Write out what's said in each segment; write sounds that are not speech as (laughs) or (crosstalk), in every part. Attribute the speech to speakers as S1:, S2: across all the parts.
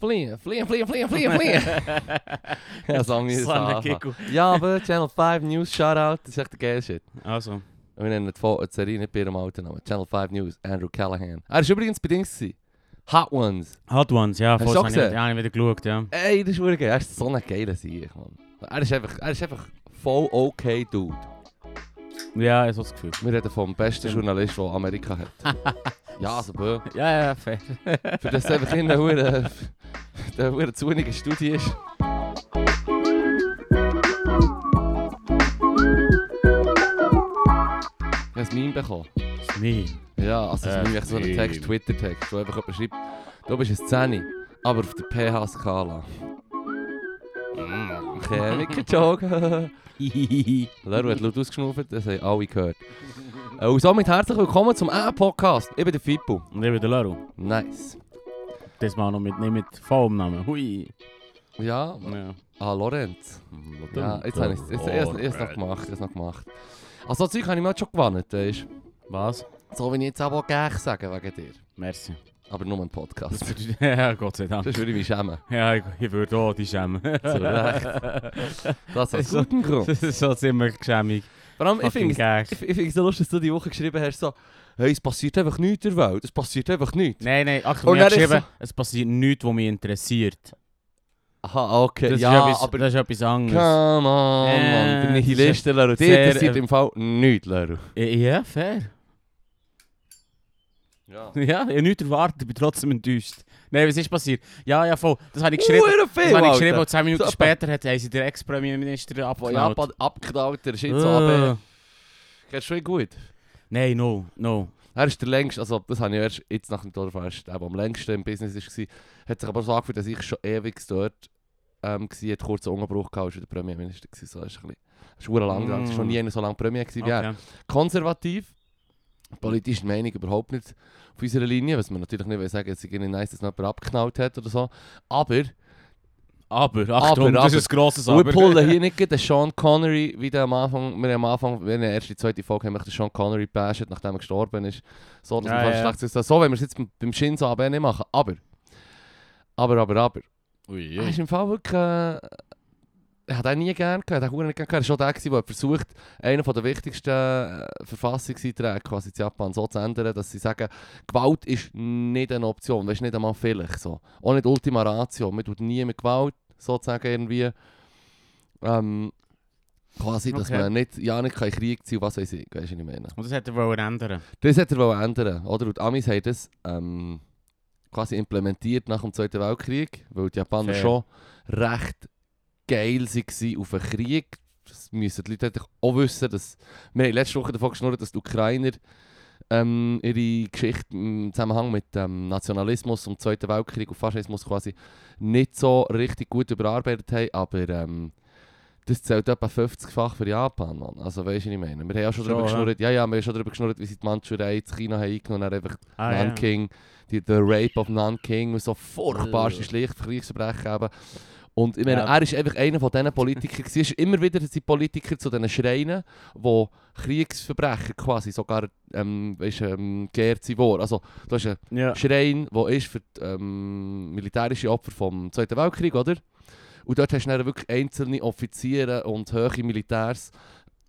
S1: Vliegen, vliegen, vliegen, vliegen, vliegen,
S2: (laughs)
S1: vliegen. ja, zo moet je het
S2: Slanne
S1: aanvangen.
S2: Kikkel.
S1: (laughs) Ja, aber Channel 5 News, Shoutout, das ist echt geil Shit.
S2: Also,
S1: Und wir nennen die Fol- die Serie nicht bei ihrem alten Namen. Channel 5 News, Andrew Callahan. Er war übrigens bei Dings. gewesen. Hot Ones.
S2: Hot Ones, ja,
S1: Hast du
S2: voll
S1: auch
S2: habe ich,
S1: gesehen?
S2: ja, ich wieder geschaut, ja.
S1: Ey, das ist wirklich geil. Er ist so ein geiler Sieg, Mann. Er ist einfach, er ist einfach voll okay Dude.
S2: Ja, so das Gefühl.
S1: Wir reden vom besten
S2: Stimmt.
S1: Journalist, den Amerika (laughs) hat. ja, so bö.
S2: Ja, ja, fair.
S1: Für das es einfach in einer Hure- der Hure zunige Studie ist. Ich habe ein Meme bekommen.
S2: Nee. (laughs)
S1: Ja, also es
S2: Äh,
S1: ist nämlich so ein
S2: Meme.
S1: Text, Twitter-Text, wo einfach jemand schreibt, du bist ein 10, aber auf der pH-Skala. Mm, Chemiker-Joke. Lero hat laut ausgeschnuffert, das haben alle gehört. Äh, Und somit herzlich willkommen zum A-Podcast. Ich bin der Fippo.
S2: Und ich bin der Laro.
S1: Nice.
S2: Das mal noch mit, nicht mit vollem Namen. Hui.
S1: Ja,
S2: Ja.
S1: ah, Lorenz. Ja, jetzt habe ich es
S2: oh,
S1: jetzt, jetzt, jetzt noch gemacht. Jetzt noch gemacht. Also, das Zeug habe ich mir jetzt schon gewarnt. das ist
S2: Was?
S1: So wie ich jetzt aber gleich sagen wegen dir.
S2: (laughs) Merci.
S1: Aber nur im Podcast.
S2: Das bedeutet, (laughs) ja, Gott sei Dank.
S1: (laughs) Sonst würde ich mich schämen.
S2: Ja, ich, ich würde auch die (laughs) schämen.
S1: Zu
S2: (laughs)
S1: Das
S2: ist
S1: ist guten Grund.
S2: (laughs) Das ist so ziemlich geschämig.
S1: Vor allem, ich finde
S2: Fucking gag.
S1: es ich find's so lustig, dass du die Woche geschrieben hast, so, hey, es passiert einfach nichts in der Welt. Es passiert einfach nichts.
S2: Nein, nein, ach,
S1: Und
S2: ich habe
S1: dann ist
S2: geschrieben, es passiert nichts, was mich interessiert.
S1: Aha, okay.
S2: Das,
S1: ja,
S2: ist, etwas,
S1: aber...
S2: das ist etwas anderes.
S1: Come on, Mann.
S2: Äh,
S1: Der Nihilist, Leru. Dir
S2: sehr- äh,
S1: interessiert im Fall nichts, Leru.
S2: Ja, fair.
S1: Ja.
S2: Ja, ich habe nichts erwartet, bin trotzdem enttäuscht. Nein, was ist passiert? Ja, ja, voll. Das habe ich geschrieben.
S1: Huere
S2: Das
S1: viel,
S2: habe ich
S1: Alter.
S2: geschrieben und 10 Minuten
S1: So,
S2: später hat, haben sie den Ex-Premierminister
S1: Von
S2: abgeknallt.
S1: Japan abgeknallt, der Shinzo Abe.
S2: Äh.
S1: Kennst du ihn gut?
S2: Nein, no, no.
S1: Er ist der längste, also das habe ich erst jetzt nach dem Tod erfahren, er ist eben am längsten im Business war. Hat sich aber so angefühlt, dass ich schon ewig dort ähm, war, hat kurz einen Unterbruch gehabt, ist wieder Premierminister gewesen. So, ist ein bisschen, ist verdammt lang dran,
S2: Mm.
S1: es ist schon nie einer so lange Premier gewesen wie er.
S2: Okay.
S1: Konservativ, politisch die Meinung überhaupt nicht auf unserer Linie, was man natürlich nicht will sagen, es ist nicht nice, dass noch jemand abgeknallt hat oder so. Aber,
S2: Aber, Achtung,
S1: Aber, dus
S2: das
S1: aber.
S2: ist ein grosses
S1: wir
S2: Aber.
S1: pullen
S2: (laughs)
S1: hier nicht den Sean Connery, wie der am Anfang, wir haben am Anfang, wenn der erste, zweite Folge haben, wir den Sean Connery bashed, nachdem er gestorben ist. So, dass
S2: Ja,
S1: man
S2: ja.
S1: fast schlecht ist. So, wenn wir es jetzt beim- beim Shinzo Abe nicht machen. Aber, aber, aber, aber.
S2: Ui,
S1: Er
S2: ui.
S1: ist im Fall wirklich. Äh, ich habe den nie gerne gehört, ich habe nicht gerne gehört. Er war schon der, gewesen, der versucht, einen der wichtigsten äh, Verfassungseinträge quasi in Japan so zu ändern, dass sie sagen, Gewalt ist nicht eine Option, weißt nicht einmal vielleicht so. Auch nicht Ultima Ratio, man tut nie mit Gewalt sozusagen irgendwie. Ähm, quasi, dass
S2: Okay.
S1: man nicht, ja nicht kann in Krieg ziehen, was weiß ich, weißt du, was ich meine.
S2: Und das hätte er wollen ändern.
S1: Das hat er wollen ändern, oder? Und die Amis haben das ähm, quasi implementiert nach dem Zweiten Weltkrieg, weil die Japaner
S2: Fair.
S1: schon recht geil waren auf einen Krieg. Das müssen die Leute eigentlich auch wissen. Dass wir haben letzte Woche davon geschnurrt, dass die Ukrainer ähm, ihre Geschichte im Zusammenhang mit ähm, Nationalismus und Zweiten Weltkrieg und Faschismus quasi nicht so richtig gut überarbeitet haben, aber ähm, das zählt etwa 50-fach für Japan, Mann. Also weißt du, was ich meine? Wir haben ja schon,
S2: Schon,
S1: darüber
S2: ja.
S1: geschnurrt, ja, ja, wir haben schon darüber geschnurrt, wie sie die Mandschurei in China haben eingenommen haben, einfach
S2: Ah, ja.
S1: Nanking, die, der Rape of Nanking und so furchtbarste
S2: Ugh.
S1: Schlicht Kriegsverbrechen eben. Und ich meine,
S2: Ja.
S1: er ist einfach einer von diesen Politikern. Es ist immer wieder die Politiker zu diesen Schreinen, wo Kriegsverbrechen quasi sogar ähm, weißt, ähm, geehrt sind. worden. Also, du hast einen
S2: Ja.
S1: Schrein, der ist für die, ähm, militärische Opfer vom Zweiten Weltkrieg, oder? Und dort hast du dann wirklich einzelne Offiziere und hohe Militärs,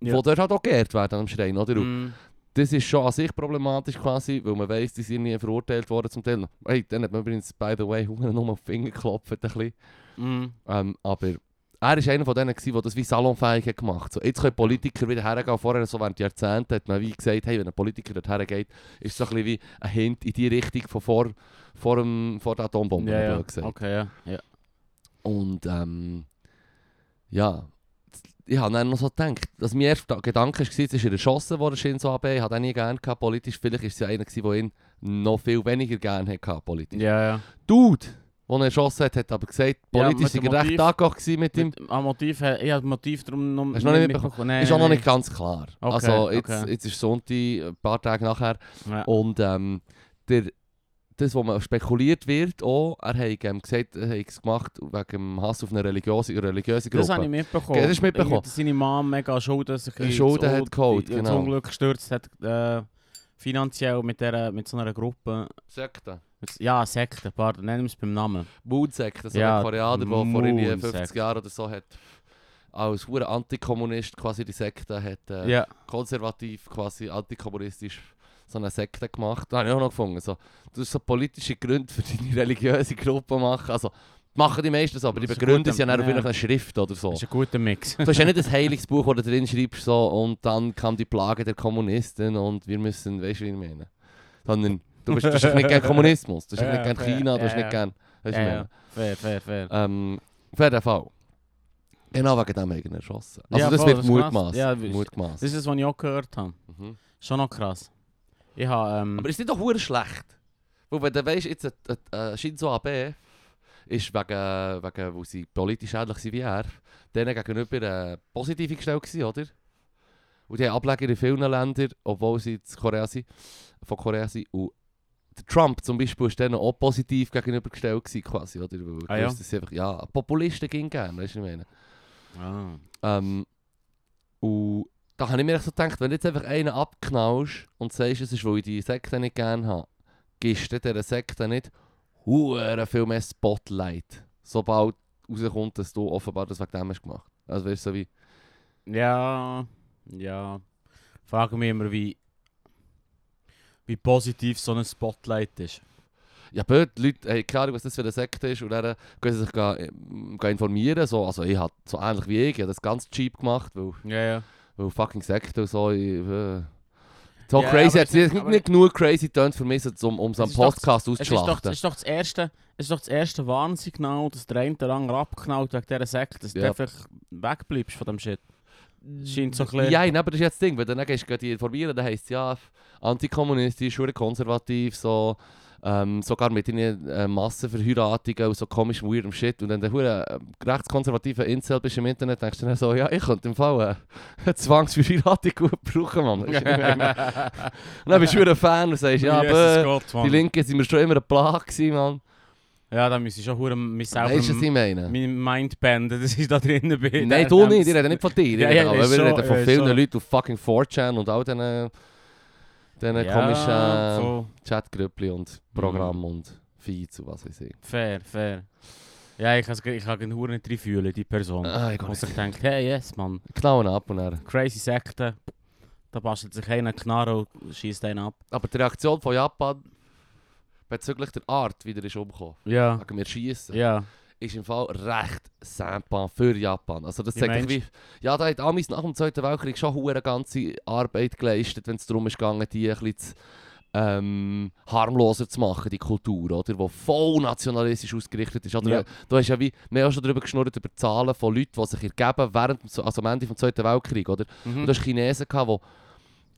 S1: die
S2: Ja.
S1: dort halt auch geehrt werden am Schrein, oder? Und
S2: Mm.
S1: das ist schon an sich problematisch quasi, weil man weiss, die sind nie verurteilt worden zum Teil. Hey, dann hat man übrigens, by the way, (laughs) Hunger nur auf die Finger geklopft ein bisschen.
S2: Mm.
S1: Ähm, aber er war einer von denen, gewesen, der das wie salonfähig hat gemacht so, Jetzt können Politiker wieder hergehen. Vorher, so während Jahrzehnten, hat man wie gesagt, hey, wenn ein Politiker dort hergeht, ist es so ein bisschen wie ein Hint in die Richtung von vor, vor, dem, vor der Atombombe.
S2: Ja,
S1: hat
S2: ja.
S1: man gesagt.
S2: Okay, ja. ja.
S1: Und ähm, ja, ich habe dann noch so gedacht, dass mein erster Gedanke war, es ist er erschossen worden, Shinzo Abe. Ich hatte ihn nie gerne gehabt, politisch. Vielleicht war es ja einer, gewesen, der ihn noch viel weniger gerne hatte, politisch.
S2: Ja, ja.
S1: Dude, der ihn erschossen hat, hat aber gesagt,
S2: Ja,
S1: politisch
S2: mit
S1: sei
S2: dem
S1: er recht
S2: Motiv.
S1: angekocht gewesen mit ihm.
S2: Mit, am Motiv, he- ich habe das Motiv darum noch
S1: Hast du noch nicht
S2: mitbekommen? Nein,
S1: Ist auch noch
S2: nein,
S1: nicht ganz klar.
S2: Okay,
S1: also jetzt,
S2: okay.
S1: jetzt ist Sonntag, äh, ein paar Tage nachher.
S2: nein. Ja.
S1: Und ähm, der, das, was man spekuliert wird, auch, er hat ähm, gesagt, er hat es gemacht wegen dem Hass auf eine religiöse, religiöse Gruppe.
S2: Das habe ich mitbekommen.
S1: Ja, das ist mitbekommen.
S2: Irgendwie, Dass seine Mom mega Schulden sich
S1: Äh, Schulden hat geholt,
S2: ins
S1: genau.
S2: Unglück gestürzt hat, äh, finanziell mit, der, mit so einer Gruppe.
S1: Sekte.
S2: Jetzt- Ja, Sekte, pardon, nennen wir es beim Namen.
S1: Moonsek, das ist
S2: Ja,
S1: ein Koreaner, der vor irgendwie
S2: Moonsekt.
S1: 50 Jahren oder so hat, als hure Antikommunist quasi die Sekte hat, äh,
S2: Ja.
S1: konservativ, quasi antikommunistisch so eine Sekte gemacht. Da habe ich auch noch gefunden. So, du hast so politische Gründe für deine religiöse Gruppe machen. Also, machen die meisten so, aber die
S2: Das ist
S1: begründen
S2: gut,
S1: es ja dann auf
S2: ja.
S1: irgendeine Schrift oder so.
S2: Das ist ein
S1: (laughs)
S2: guter Mix.
S1: Du hast ja nicht ein heiliges Buch, wo du drin schreibst, so, und dann kam die Plage der Kommunisten und wir müssen, weißt du, wie ich meine? Sondern du, bist, du hast nicht
S2: (laughs)
S1: gern Kommunismus, du hast
S2: Ja,
S1: nicht gern
S2: fair.
S1: China, du hast
S2: Ja,
S1: nicht
S2: ja.
S1: gern. Weißt du, wie ich
S2: Ja,
S1: meine?
S2: ja. Fair, fair, fair.
S1: Ähm, für den Fall. Genau wegen dem eigenen Erschossen. Also
S2: Ja,
S1: das
S2: voll,
S1: wird
S2: das ist krass.
S1: Mutmaß.
S2: Ja, das ist-
S1: Mutmaß.
S2: Das ist das, was ich auch gehört habe.
S1: dus- Mhm.
S2: Schon noch krass. Ich habe, ähm,
S1: Aber ist nicht doch hure schlecht? Weil wenn du weißt, jetzt äh, äh, Shinzo Abe ist wegen, wegen, weil sie politisch ähnlich sind wie er, denen gegenüber äh, positiv gestellt gewesen, oder? Und die haben Ableger in vielen Ländern, obwohl sie zu Korea sind, von Korea sind. Und der Trump zum Beispiel ist denen auch positiv gegenübergestellt gewesen, quasi, oder? Weil
S2: Ah, ja.
S1: das ist einfach, ja, Populisten gehen gerne, weißt du, was ich meine?
S2: ah.
S1: Ähm, und da habe ich mir echt so gedacht, wenn du jetzt einfach einen abknallst und sagst, es ist, weil ich die Sekte nicht gerne habe, gibst du dieser Sekte nicht hure viel mehr Spotlight, sobald rauskommt, dass du offenbar das wegen dem hast gemacht. Also weißt du, so wie...
S2: Ja, ja. Frage mich immer, wie, wie positiv so ein Spotlight ist.
S1: Ja, blöd, die Leute haben keine Ahnung, was das für eine Sekte ist und dann gehen sie sich ga- ähm, ga informieren. So. Also ich habe so ähnlich wie ich, ich habe das ganz cheap gemacht, weil,
S2: Ja, ja.
S1: weil fucking Sekte und so... Ich, äh, so
S2: Ja,
S1: crazy,
S2: aber
S1: hat
S2: es
S1: es nicht,
S2: ist-
S1: nicht,
S2: aber-
S1: nicht genug crazy tönt für mich, um, um so
S2: Es
S1: einen
S2: ist doch-
S1: Podcast
S2: Es ist, doch,
S1: auszuschlachten.
S2: es, ist doch das erste, es ist doch das erste Warnsignal, dass der eine oder andere abknallt wegen dieser Sekte, dass
S1: Ja.
S2: du einfach wegbleibst von dem Shit. Scheint so ein bisschen-
S1: Ja,
S2: (laughs)
S1: nein, aber das ist jetzt das Ding, weil dann gehst du dich informieren, dann heisst es ja, f- antikommunistisch, hure konservativ, so, ähm, sogar mit ihren äh, Massenverheiratungen und so komisch weirdem Shit. Und dann der hure äh, rechtskonservative Insel bist im Internet, denkst du dann so, ja, ich könnte im Fall äh, eine Zwangsverheiratung (laughs) gut brauchen,
S2: (laughs)
S1: Mann. Weisst du, ich meine, und dann bist du ein Fan und sagst, (laughs) ja,
S2: Jesus
S1: aber
S2: Gott, Mann.
S1: die Linken sind mir schon immer eine Plage gewesen, Mann.
S2: Ja, da müsste ich schon hure mich selber
S1: Weißt du, was ich meine?
S2: mein Mind benden, dass ich da drinnen bin.
S1: Nein, du nicht, ich rede nicht von dir. Ich
S2: nou, Ja, eh,
S1: rede
S2: ja,
S1: aber
S2: ist
S1: wir
S2: so,
S1: reden von
S2: ist
S1: vielen
S2: so.
S1: Leuten auf fucking 4chan und all diesen, diesen
S2: Ja, Mm.
S1: komischen
S2: voll.
S1: Chatgrüppli und Programmen und Feeds und was weiß ich.
S2: Fair, fair. Ja, ich kann ich kann den Huren nicht reinfühlen, die Person.
S1: Ah, ich kann
S2: Und sich denkt, hey, yes, man.
S1: Knallen ab und her.
S2: Crazy Sekte. Da bastelt sich einer Knarre und schießt einen ab.
S1: Aber die Reaktion von Japan bezüglich der Art, wie der ist umgekommen,
S2: Ja.
S1: wegen mir schießen,
S2: Ja.
S1: ist im Fall recht sympa für Japan. Also das
S2: Wie
S1: zeigt doch wie...
S2: meinst
S1: Ja, da hat Amis nach dem Zweiten Weltkrieg schon hure ganze Arbeit geleistet, wenn es darum ist gegangen, die ein bisschen zu, ähm, harmloser zu machen, die Kultur, oder? Die voll nationalistisch ausgerichtet ist. Oder?
S2: Ja.
S1: Du hast ja wie, wir haben auch schon darüber geschnurrt, über die Zahlen von Leuten, die sich ergeben während, dem Zwe- also am Ende des Zweiten Weltkriegs, oder? Und
S2: Mhm.
S1: du hast Chinesen gehabt, die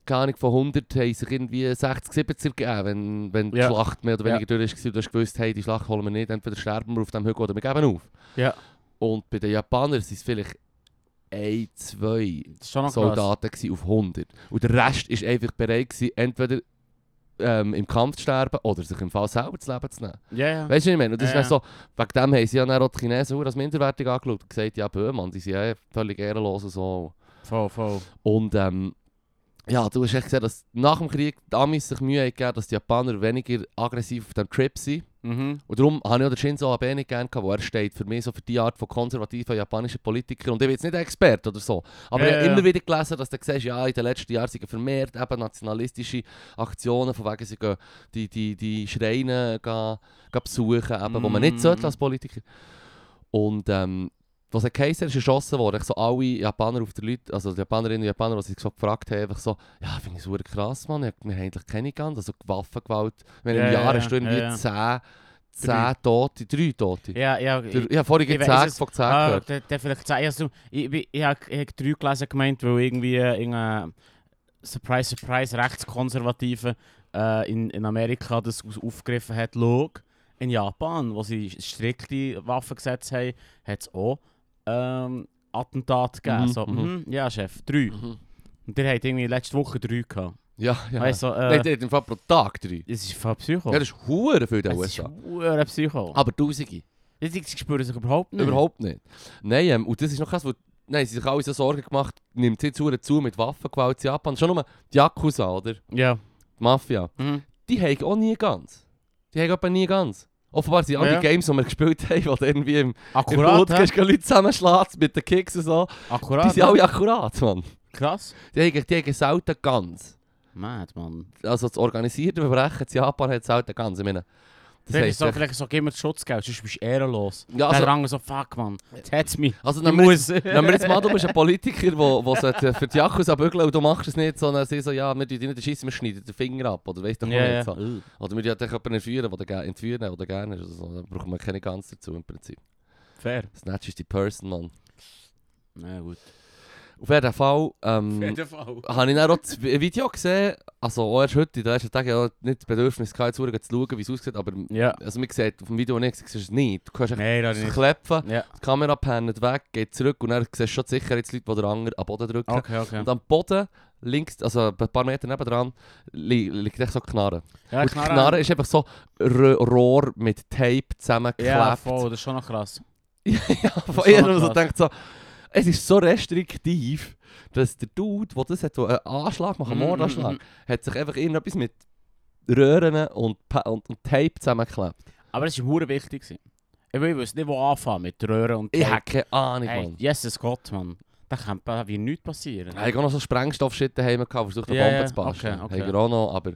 S1: keine Ahnung, von 100 haben sich irgendwie 60, 70 ergeben, wenn, wenn
S2: Ja.
S1: die Schlacht mehr oder
S2: Ja.
S1: weniger durch war. Du hast gewusst, hey, die Schlacht holen wir nicht, entweder sterben wir auf dem Hügel oder wir geben auf.
S2: Ja.
S1: Und bei den Japanern sind es vielleicht ein, zwei
S2: Das ist schon noch krass.
S1: Soldaten gewesen auf 100. Und der Rest war einfach bereit, gewesen, entweder ähm, im Kampf zu sterben oder sich im Fall selber das Leben zu nehmen.
S2: Ja, ja.
S1: Weißt du, was ich meine? Und das
S2: Hm. Ja,
S1: ist dann so, wegen dem haben sie ja dann auch die Chinesen als minderwertig angeschaut und gesagt, ja, böh, Mann, die sind ja eh völlig ehrenlos und so.
S2: Voll, voll.
S1: Und ähm, ja, du hast echt gesehen, dass nach dem Krieg die Amis sich Mühe haben gegeben dass die Japaner weniger aggressiv auf dem Trip sind.
S2: Mhm.
S1: Und darum habe ich auch den Shinzo Abe nicht gerne gehabt, wo er steht. Für mich so für die Art von konservativen japanischen Politikern. Und ich bin jetzt nicht ein Experte oder so. Aber
S2: Ja,
S1: ich habe
S2: ja,
S1: immer
S2: ja.
S1: wieder gelesen, dass du siehst, ja, in den letzten Jahren sind vermehrt eben nationalistische Aktionen, von wegen sie gehen die, die, die Schreine gehen, gehen besuchen, eben, wo man
S2: Mm.
S1: nicht sollte als Politiker. Und ähm, was ein Kaiser ist erschossen worden. Ich so alle Japaner auf der Leute, also die Japanerinnen und Japaner, die sich so gefragt haben, einfach so, ja, finde ich super krass, Mann. Ich- Wir haben eigentlich keine ganz, also Waffengewalt. Wenn
S2: Ja,
S1: im Jahr
S2: ja,
S1: hast du irgendwie
S2: ja, ja.
S1: 10
S2: Drei.
S1: 10 Tote, 3 Tote.
S2: Ja, ja.
S1: Der- Ich habe vorhin
S2: ich weiss
S1: 10
S2: es.
S1: von 10
S2: Ah,
S1: gehört.
S2: der, der vielleicht gesagt, ja, so, ich, ich, ich habe hab drei gelesen gemeint, weil irgendwie äh, irgendein Surprise, Surprise, Rechtskonservative äh, in, in Amerika das aus- aufgegriffen hat. Schau, in Japan, wo sie strikte Waffengesetze haben, hat es auch ähm, Attentate gegeben.
S1: Mhm,
S2: so,
S1: mhm.
S2: mhm, ja, Chef, drei.
S1: Mhm.
S2: Und ihr habt irgendwie letzte Woche drei gehabt.
S1: Ja, ja.
S2: Weißt du,
S1: Nein,
S2: äh,
S1: der hat im Fall pro Tag 3.
S2: es ist voll Psycho.
S1: Ja, das ist Huren für den
S2: es ist
S1: USA.
S2: ein Psycho.
S1: Aber Tausende.
S2: Die- Die die spüren sich dus überhaupt nicht.
S1: Überhaupt nicht. Nein, ähm, und das ist noch krass, weil nein, sie haben sich alle so Sorgen gemacht, nimmt sie zu, zu mit Waffengewalt in Japan. Schon nur die Yakuza, oder? Die
S2: Ja.
S1: Mafia.
S2: Mhm.
S1: Die haben auch nie ganz. Die haben aber nie ganz. Offenbar sind alle
S2: Ja.
S1: Games, die wir gespielt haben, wo du irgendwie im, im
S2: Akkurat,
S1: Boot
S2: hä?
S1: gehst, gehen Leute zusammenschlagen mit den Kicks und so. Die
S2: Akkurat,
S1: sind alle akkurat, Mann.
S2: krass.
S1: Die haben, die haben selten ganz.
S2: Mad, man.
S1: Also das organisierte Verbrechen in Japan hat selten ganz. Ich meine, das
S2: Vielleicht
S1: heisst,
S2: so, vielleicht so, gib mir das Schutzgeld, sonst bist du ehrenlos.
S1: Ja, Eh,
S2: Ja, also,
S1: also-
S2: der andere so, fuck man, that's me.
S1: also
S2: Ich
S1: nehmen wir, jetzt,
S2: muss.
S1: nehmen wir jetzt mal, du bist ein Politiker,
S2: (laughs)
S1: der für die Jacke bügeln und du machst es nicht, sondern sie so, ja, wir tun dich nicht schießen, wir schneiden den Finger ab. Oder weißt du,
S2: Ja, ja.
S1: nicht so. Oder wir tun dich jemanden entführen, der gerne entführen oder gerne ist. Oder so. Da braucht man keine ganz dazu im Prinzip.
S2: Fair.
S1: Snatch ist die Person, Mann.
S2: Na gut.
S1: Auf jeden Fall...
S2: (laughs)
S1: Ähm,
S2: Fall.
S1: habe ich dann auch das Vi- Video gesehen, also auch erst heute, in den letzten Tagen, ich habe nicht das Bedürfnis gehabt, jetzt verdammt zu schauen, wie es aussieht, aber
S2: Ja.
S1: also man sieht auf dem Video nichts, siehst du es nicht. Du kannst echt
S2: Nein, da
S1: es (laughs)
S2: nicht.
S1: klepfen,
S2: Ja.
S1: die Kamera pennt weg, geht zurück und dann siehst du schon die Sicherheitsleute, die den anderen am Boden drücken.
S2: Okay, okay.
S1: Und am Boden, links, also ein paar Meter nebendran, li liegt echt so Knarre.
S2: Ja,
S1: und die Knarre ist einfach so R Rohr mit Tape zusammengeklebt. (laughs)
S2: Ja, voll, das ist schon noch krass.
S1: ja,
S2: Das
S1: von
S2: ist
S1: ihr
S2: schon
S1: so
S2: krass.
S1: denkt so, es ist so restriktiv, dass der Dude, der das hat, so einen Anschlag machen, einen
S2: Mhm,
S1: Mordanschlag,
S2: mhm,
S1: hat sich einfach irgendetwas mit Röhren und, Pa- und, und Tape zusammengeklebt.
S2: Aber das war hure wichtig. gewesen. Ich will- ich weiß nicht, wo anfangen mit Röhren und
S1: Ich
S2: Tape.
S1: habe keine Ahnung,
S2: Ey,
S1: Mann.
S2: Jesus Gott, man. Da kann pa- wie nichts passieren.
S1: Ich hatte auch noch so Sprengstoff-Shit daheim, gehabt, versucht eine
S2: Ja,
S1: Bombe
S2: ja,
S1: zu basteln.
S2: okay,
S1: Okay,
S2: okay.
S1: auch noch, aber...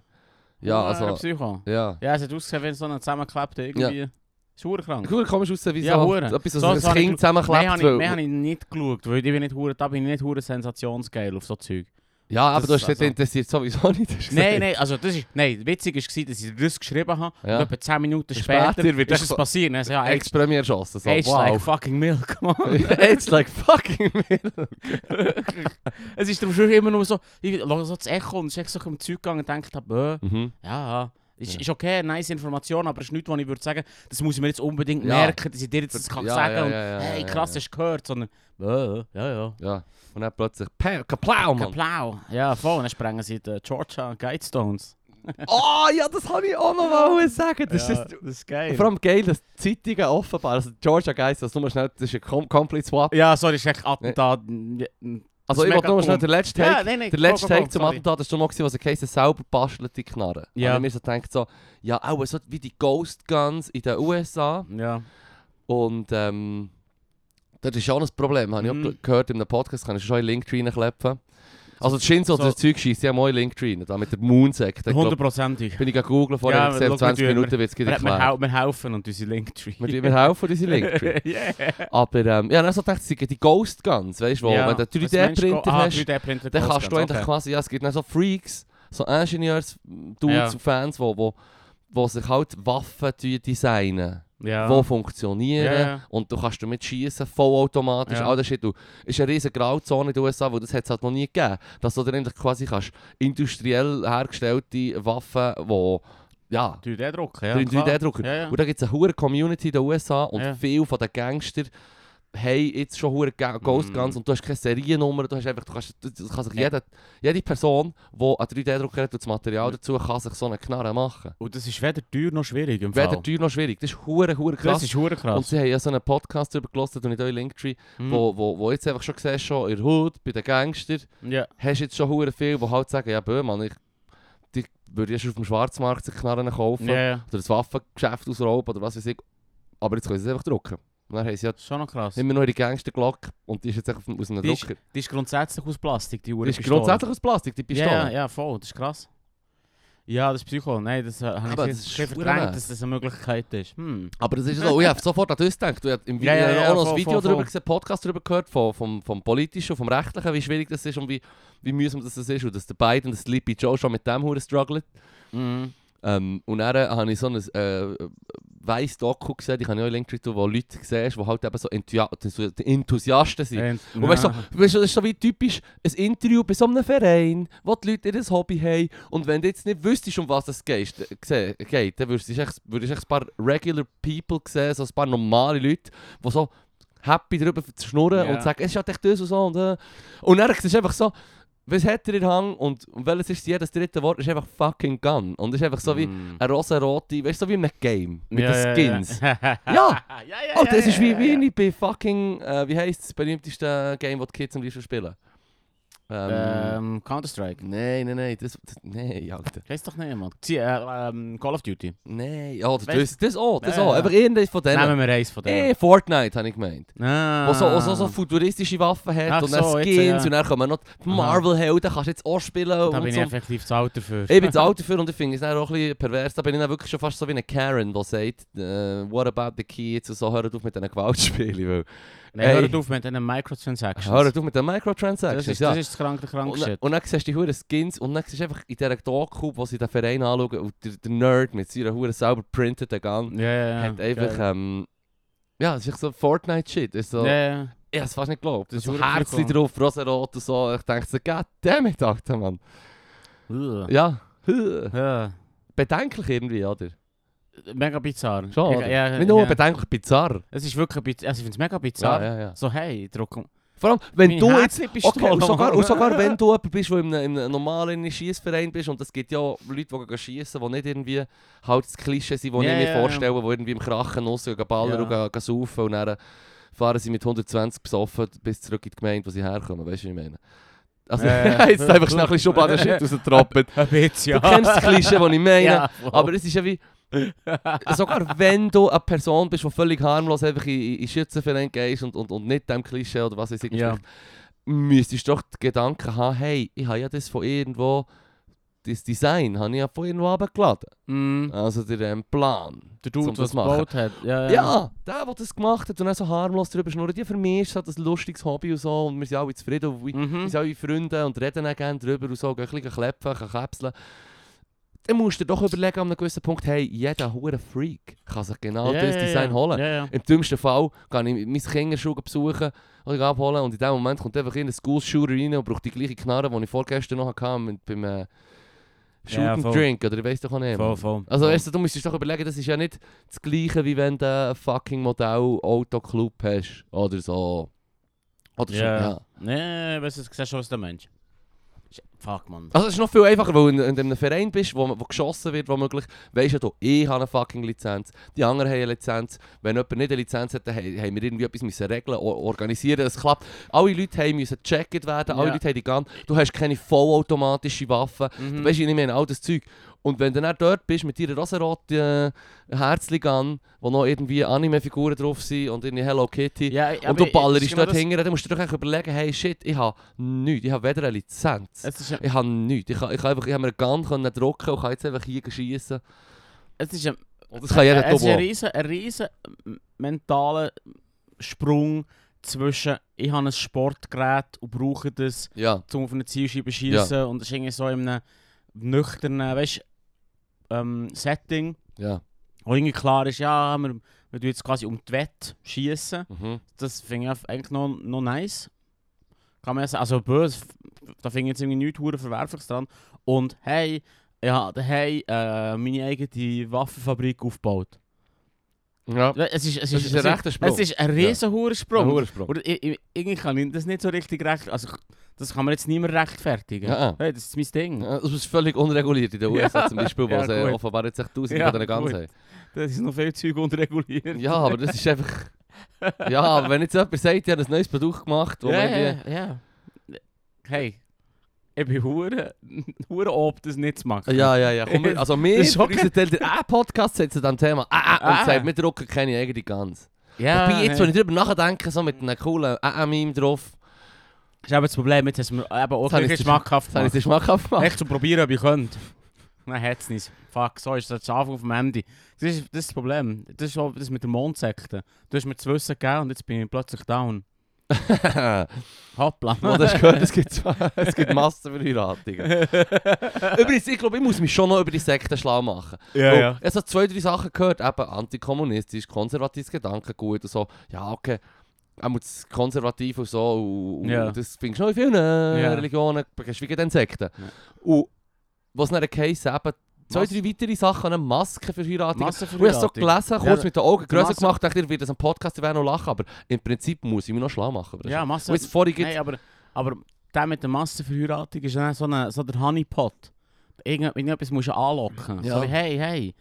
S1: Ja,
S2: Hure
S1: also...
S2: Psycho.
S1: Ja.
S2: Ja, es hat ausgesehen, wenn so ein zusammengeklebter irgendwie. Ist hure krank.
S1: Cool, komisch aus, wie
S2: Ja,
S1: so
S2: hure.
S1: etwas,
S2: So-
S1: was
S2: so
S1: ein
S2: habe ich
S1: Kind
S2: geschaut. Mehr
S1: zusammenklebt.
S2: habe ich, mehr
S1: weil-
S2: habe ich nicht geschaut, weil ich bin nicht hure, da bin ich nicht hure sensationsgeil auf
S1: (laughs)
S2: so Zeug.
S1: Ja, aber du
S2: das-
S1: hast dich
S2: also-
S1: interessiert sowieso nicht. hast du
S2: Nein,
S1: gesagt.
S2: nein, also das ist, nein, witzig war, gewesen, dass ich das geschrieben habe
S1: Ja.
S2: und etwa 10 Minuten
S1: Später
S2: später,
S1: wird
S2: ist
S1: echt
S2: es
S1: so-
S2: passiert. Also, ja, aged,
S1: Ex-Premier erschossen. So.
S2: aged
S1: (laughs)
S2: like
S1: Wow.
S2: fucking milk, (laughs) man.
S1: It's like
S2: (laughs)
S1: fucking milk.
S2: es ist darum schon immer nur so, ich schaue so das Echo und es ist echt so um Zeug gegangen und denke, äh,
S1: Mhm.
S2: ja, ist,
S1: Ja.
S2: ist okay, nice Information, aber es ist nichts, was ich würde sagen, das muss ich mir jetzt unbedingt
S1: Ja.
S2: merken, dus dass ich dir jetzt das kann
S1: Ja,
S2: sagen
S1: ja,
S2: und
S1: ja, ja,
S2: hey,
S1: ja,
S2: krass,
S1: ja.
S2: hast du gehört, sondern äh, ja, ja.
S1: Ja. Und dann plötzlich Pam, Kaplau, Mann.
S2: Kaplau. Ja, voll, und dann sprengen sie die Georgia Guidestones.
S1: Oh ja, das habe ich auch noch mal sagen. Das
S2: ja,
S1: ist
S2: das ist geil.
S1: vor allem geil, dass die Zeitungen offenbar, also Georgia Guys, das nur schnell, das ist ein Com Complete Swap.
S2: Ja, sorry, ist echt Attentat. Ja, mm,
S1: Also
S2: ist
S1: ich wollte
S2: mega
S1: nur schnell
S2: dumm.
S1: den letzten Take,
S2: Ja, nein, nein.
S1: der letzte
S2: go, go, go,
S1: Take zum
S2: sorry.
S1: Attentat, das war noch, gewesen, was er geheißen selber bastelte Knarren.
S2: Ja.
S1: Und ich mir so gedacht, so, ja auch so wie die Ghost Guns in den USA.
S2: Ja.
S1: Und ähm, das ist auch noch ein Problem, habe ich
S2: Mhm.
S1: auch ge- gehört in einem Podcast, kann ich schon in Linktree reinkleppen. Also die Shinzo,
S2: So-
S1: das Zeug schießt, die haben auch in Linktree, da mit der Moonsect. Ich glaub,
S2: Hundertprozentig.
S1: Bin ich gerade googeln vorher,
S2: Ja,
S1: ja, gesehen,
S2: schau,
S1: 20
S2: wir tun-
S1: Minuten wird es
S2: Wir,
S1: gleich
S2: wir,
S1: erklärt.
S2: hau- wir helfen und unsere Linktree.
S1: Wir, wir helfen diese
S2: (laughs)
S1: Linktree.
S2: yeah.
S1: Aber ähm, ja, dann so gedacht, es sind die Ghost Guns, weißt du, wo wenn du einen
S2: Ah,
S1: 3D-Printer hast, dann kannst du eigentlich quasi, ja, es gibt dann so Freaks, so Engineers, Dudes
S2: Ja.
S1: und Fans, wo, wo, wo sich halt Waffen tun designen,
S2: Ja.
S1: die funktionieren
S2: Ja, ja.
S1: und du kannst damit schießen, vollautomatisch,
S2: Ja.
S1: all das Shit. Du, ist eine riesige Grauzone in den USA, wo das hat es halt noch nie gegeben, dass du dann eigentlich quasi kannst, industriell hergestellte Waffen, die, ja...
S2: 3D-Druck,
S1: Ja,
S2: ja.
S1: 3D-Drucker.
S2: Ja, ja.
S1: Und da gibt es eine hohe Community in den USA und
S2: Ja.
S1: viele von den Gangster haben jetzt schon hohe Ga Ghost
S2: Mm.
S1: Guns und du hast keine Seriennummer, du hast einfach, du kannst, du, du kann sich
S2: Ja.
S1: jeder, jede Person, die einen 3D-Drucker hat und das Material dazu, kann sich so eine Knarre machen.
S2: Und das ist weder teuer noch schwierig im
S1: Weder
S2: Fall.
S1: teuer noch schwierig, das ist hure hure
S2: Das
S1: krass.
S2: ist hure
S1: Und
S2: krass.
S1: sie haben ja so einen Podcast darüber gelassen, und ich da in Linktree,
S2: Mhm.
S1: wo, wo, wo jetzt einfach schon siehst, schon in der Hood, bei den Gangster,
S2: Ja.
S1: hast du jetzt schon hure viel, die halt sagen, ja bö, Mann, ich, die würde ich auf dem Schwarzmarkt sich Knarren kaufen.
S2: Ja, ja.
S1: oder das Waffengeschäft ausrauben oder was weiß ich. Aber jetzt können sie es einfach drucken. Und dann haben sie ja
S2: Schon noch krass.
S1: immer noch ihre Gangsterglocke und die ist jetzt einfach aus einem
S2: Die ist-
S1: Drucker.
S2: Die ist grundsätzlich aus Plastik, die
S1: Die
S2: Uhr.
S1: ist grundsätzlich aus Plastik, die Pistole.
S2: Ja, ja, ja, voll, das ist krass. Ja, das ist Psycho. Nein, das äh,
S1: Aber
S2: habe ich
S1: das ist
S2: sehr
S1: verdammt.
S2: verdrängt, dass das eine Möglichkeit ist. Hm.
S1: Aber das ist so, ich habe sofort an das gedacht. Ich habe im Video
S2: Ja, ja, ja,
S1: auch noch ein
S2: voll,
S1: Video
S2: voll,
S1: darüber
S2: voll.
S1: gesehen, Podcast darüber gehört, vom, vom, vom politischen und vom rechtlichen, wie schwierig das ist und wie, wie mühsam das ist und dass der Biden, der Sleepy Joe schon mit dem Huren struggelt.
S2: Mhm.
S1: Ähm, und dann äh, habe ich so ein äh, weißes Doku gesehen, die kann ich auch in Linktree tun, wo Leute siehst, die halt eben so Enthusi- Enthusiasten sind.
S2: nou-
S1: Und weißt du, so- weißt du, das ist so wie typisch ein Interview bei so einem Verein, wo die Leute ihr Hobby haben. Und wenn du jetzt nicht wüsstest, um was es geht, gse- geht dann würdest du echt, würdest echt ein paar regular people sehen, so ein paar normale Leute, die so happy darüber schnurren
S2: Ja.
S1: und sagen, es ist ja echt das und so. Und, äh. und dann siehst du einfach so, was hat er in Hang und, und welches ist jedes dritte Wort, ist einfach fucking gun. Und ist einfach so wie
S2: Mhm.
S1: eine rosarote, weißt du, so wie in einem Game mit
S2: Ja,
S1: den
S2: ja,
S1: Skins.
S2: (laughs) Ja, ja,
S1: ja.
S2: ja, ja.
S1: Oh, das
S2: ja,
S1: ist wie,
S2: ja,
S1: wie
S2: ja.
S1: nicht bei fucking, äh, wie heisst das berühmteste Game, das die Kids am liebsten spielen? Ähm,
S2: Ähm, Counter-Strike.
S1: Nein, nein, nein, das, das, nein, Alter.
S2: Ich weiß doch nicht, Mann. Sie, äh, ähm, Call of Duty.
S1: Nein, ja, oh, das,
S2: Weiss-
S1: das, das auch, das
S2: Ja,
S1: auch.
S2: ja.
S1: Aber irgendeines von denen.
S2: Nehmen wir eins von denen.
S1: Eh, Fortnite, habe ich gemeint.
S2: Ah.
S1: Wo so, wo so, so futuristische Waffen hat
S2: Ach
S1: und dann
S2: so, jetzt,
S1: Skins
S2: ja.
S1: und dann kommen noch die
S2: Aha.
S1: Marvel-Helden, kannst du jetzt auch spielen.
S2: Da
S1: und
S2: bin ich
S1: so.
S2: effektiv zu alt dafür.
S1: Ich bin zu alt dafür und ich finde es dann auch ein bisschen pervers. Da bin ich dann wirklich schon fast so wie eine Karen, die sagt, äh, what about the kids und so, hört auf mit diesen Gewaltspielen. Weil,
S2: Nein,
S1: Ey.
S2: hört auf mit diesen Microtransactions. Dus
S1: hört auf mit den
S2: das,
S1: Microtransactions,
S2: ist,
S1: ja.
S2: das ist das kranke, kranke
S1: Und,
S2: Shit.
S1: und dann siehst du die huren Skins und dann siehst du einfach in dieser Doku, wo sie den Verein anschauen und der, der Nerd mit seiner huren selber printeten Gang
S2: Ja, ja, ja.
S1: hat einfach,
S2: Geil.
S1: ähm, ja, es ist echt so Fortnite-Shit. Es ist So,
S2: Ja, ja.
S1: Ich hab's fast nicht geglaubt.
S2: Das
S1: Das
S2: ist
S1: so
S2: verdammt
S1: Herzchen
S2: viel
S1: drauf, rosarot und so. Ich dachte so, god damn it, Alter, Mann.
S2: Ugh.
S1: Ja, (laughs) huh.
S2: Ja.
S1: bedenklich irgendwie, oder?
S2: Äh, Mega bizarr.
S1: Schon,
S2: Ich-
S1: oder?
S2: ja,
S1: Nicht nur
S2: ja.
S1: bedenklich, bizarr.
S2: Es ist wirklich bizarr. Also ich finde es mega bizarr.
S1: Ja, ja, ja.
S2: So, hey, druck.
S1: Vor allem, wenn
S2: Meine
S1: du jetzt...
S2: Herzli-Pistole,
S1: Okay, und sogar,
S2: Mann.
S1: und sogar wenn du jemand bist, der in einem, in einem normalen Schiessverein bist, und es gibt ja Leute, die gehen schiessen, die nicht irgendwie halt das Klischee sind, das
S2: Ja,
S1: ich mir
S2: ja, ja.
S1: vorstelle, die irgendwie im Krachen rausgehen, gehen ballern
S2: Ja.
S1: und gehen, gehen saufen und dann fahren sie mit 120 besoffen bis zurück in die Gemeinde, wo sie herkommen. Weißt du, was ich meine? Also,
S2: Ja,
S1: (laughs)
S2: ja.
S1: jetzt einfach schnell ein bisschen
S2: (laughs)
S1: Schubladen-Shit rausgetroppen.
S2: Ein Witz, ja.
S1: Du
S2: (laughs)
S1: kennst das Klischee, das ich meine.
S2: Ja, voll.
S1: Aber es ist ja wie. sogar wenn du eine Person bist, die völlig harmlos einfach in, in- in Schützenverein gehst und, und, und nicht dem Klischee oder was weiß ich,
S2: Ja.
S1: entspricht, müsstest du doch die Gedanken haben, hey, ich habe ja das von irgendwo, das Design habe ich ja von irgendwo abgeladen.
S2: Mm,
S1: Also der ähm, Plan.
S2: der Dude,
S1: Zum
S2: der
S1: das
S2: das
S1: machen.
S2: gebaut hat. Ja, ja.
S1: Ja, der, der das gemacht hat und dann so harmlos drüber schnurrt, ja, für mich ist das halt ein lustiges Hobby und so und wir sind alle zufrieden und wir
S2: Mhm.
S1: wir sind alle Freunde und reden auch gerne drüber und so, gehen ein bisschen klepfen, ein käpseln. Dann musst du dir doch überlegen, an einem gewissen Punkt, hey, jeder hure Freak kann sich genau
S2: Ja,
S1: das
S2: ja,
S1: Design
S2: ja.
S1: holen.
S2: Ja, ja.
S1: Im dümmsten Fall kann ich meine Kinderschuhe besuchen oder abholen und in dem Moment kommt einfach irgendein School-Shooter rein und braucht die gleiche Knarre, die ich vorgestern noch hatte mit, beim äh, Shoot
S2: Ja,
S1: and
S2: voll.
S1: Drink oder ich weiss doch auch nicht.
S2: Voll,
S1: Mann.
S2: voll.
S1: Also weißt du, du müsstest doch überlegen, das ist ja nicht das gleiche, wie wenn du einen fucking Modell-Autoclub hast oder so. Oder so, ja.
S2: Ja. Nee, weißt du, das siehst schon, was der Mensch.
S1: (laughs)
S2: Fuck, Mann.
S1: Also es ist noch viel einfacher, weil du in, in einem Verein bist, wo, wo geschossen wird, womöglich, weisst ja du, ich habe eine fucking Lizenz, die anderen haben eine Lizenz. Wenn jemand nicht eine Lizenz hat, dann he- haben wir irgendwie etwas müssen regeln, or organisieren, es klappt. Alle Leute haben müssen gecheckt werden, alle
S2: Ja.
S1: Leute haben die Gun. Du hast keine vollautomatische Waffe,
S2: Mhm.
S1: weisst du, ich meine, all das Zeug. Und wenn du dann dort bist mit deiner rosaroten äh, Herzli-Gun, wo noch irgendwie Anime-Figuren drauf sind und irgendwie Hello Kitty,
S2: Ja, aber
S1: und du
S2: ich- das
S1: ballerst
S2: ist genau
S1: dort
S2: das-
S1: hinterher, dann musst du dir doch echt überlegen, hey shit, ich habe nichts, ich habe weder eine Lizenz.
S2: Es ist,
S1: Ich habe nichts. Ich habe ich hab einfach ich hab mir einen Gun können drucken und kann jetzt einfach hier schießen.
S2: es ist ein,
S1: Das kann jeder
S2: Äh, es ist ein
S1: Tobo.
S2: riesen, ein riesen mentaler Sprung zwischen, ich habe ein Sportgerät und brauche das,
S1: Ja,
S2: um auf eine Zielscheibe zu schiessen. Und das ist irgendwie so in einem nüchternen, weißt ähm, Setting,
S1: ja.
S2: wo irgendwie klar ist, ja, wir, wir tun jetzt quasi um die Wette schiessen.
S1: Mhm.
S2: Das finde ich eigentlich noch, noch nice. Kann man ja sagen. Also böse, f- da finde ich jetzt irgendwie nichts hure Verwerfliches dran. Und hey, ja, hey, äh, meine eigene Waffenfabrik aufgebaut.
S1: Ja.
S2: Es ist, es
S1: Das
S2: ist,
S1: ist ein
S2: es
S1: rechter Sprung.
S2: Es ist ein riesen hoher Sprung.
S1: Ein hoher Sprung.
S2: Oder ich, ich, irgendwie kann ich das nicht so richtig recht. Also das kann man jetzt nicht mehr rechtfertigen.
S1: Ja.
S2: Hey, das ist mein Ding.
S1: Ja, Das ist völlig unreguliert in den
S2: Ja.
S1: USA zum Beispiel, wo
S2: Ja,
S1: sie
S2: gut.
S1: offenbar jetzt 1000
S2: Ja,
S1: von diesen Guns
S2: gut.
S1: haben.
S2: Das ist noch viel Zeug unreguliert.
S1: Ja, aber das ist einfach... Ja, aber wenn jetzt jemand sagt, ich habe ein neues Produkt gemacht, wo
S2: Ja,
S1: man
S2: ja,
S1: irgendwie...
S2: ja. Hey, ich bin (laughs) hure, hure ob das nicht zu machen.
S1: Ja, ja, ja.
S2: (laughs)
S1: Komm, wir- also wir,
S2: Das ist
S1: für
S2: okay.
S1: unseren Teil, der A-Podcast setzen dann Thema. Ah, ah, und
S2: Ah.
S1: sagt, wir drucken keine eigene Guns.
S2: ja
S1: Wobei, jetzt,
S2: hey.
S1: wenn ich darüber nachdenke, so mit einem coolen AA-Meme drauf,
S2: Das ist eben das Problem, jetzt haben wir eben auch
S1: Das habe
S2: ein
S1: ich
S2: bisschen schmackhaft
S1: das habe ich
S2: gemacht.
S1: dir schmackhaft gemacht.
S2: Echt zu probieren, ob ich könnte. Nein, hat's nicht. Fuck, so ist das Schaf auf dem Handy. Das ist das, ist das Problem. Das ist auch das mit der Mondsekte. Du hast mir zu wissen gegeben und jetzt bin ich plötzlich down.
S1: (laughs)
S2: Hoppla.
S1: Man, Oh,
S2: (laughs)
S1: das gehört, es gibt, (laughs) es gibt Massenverheiratungen. Übrigens, ich glaube, ich muss mich schon noch über die Sekten schlau machen.
S2: ja,
S1: Weil Ich habe zwei, drei Sachen gehört, eben antikommunistisch, konservatives Gedankengut und so. Ja, okay, er muss konservativ und so. Und, und
S2: Ja.
S1: das findest du noch in vielen äh,
S2: Ja.
S1: Religionen, geschwiegen den Sekten.
S2: Ja.
S1: Und was dann Case eben, zwei,
S2: Mas-
S1: drei weitere Sachen, eine Maskenverheiratung.
S2: Massenverheiratungen.
S1: Ich habe so gelesen, kurz
S2: Ja,
S1: mit den Augen grösser
S2: Massen-
S1: gemacht, dachte, ihr werdet das am Podcast ihr werdet noch lachen, aber im Prinzip muss ich mich noch schlau machen. über das.
S2: Ja,
S1: Und
S2: Massen...
S1: jetzt vorhin gibt
S2: Nein, aber, aber der mit der Massenverheiratung ist dann so, eine, so der Honeypot. Irgend, irgendetwas musst du anlocken.
S1: Ja.
S2: So wie, hey, hey.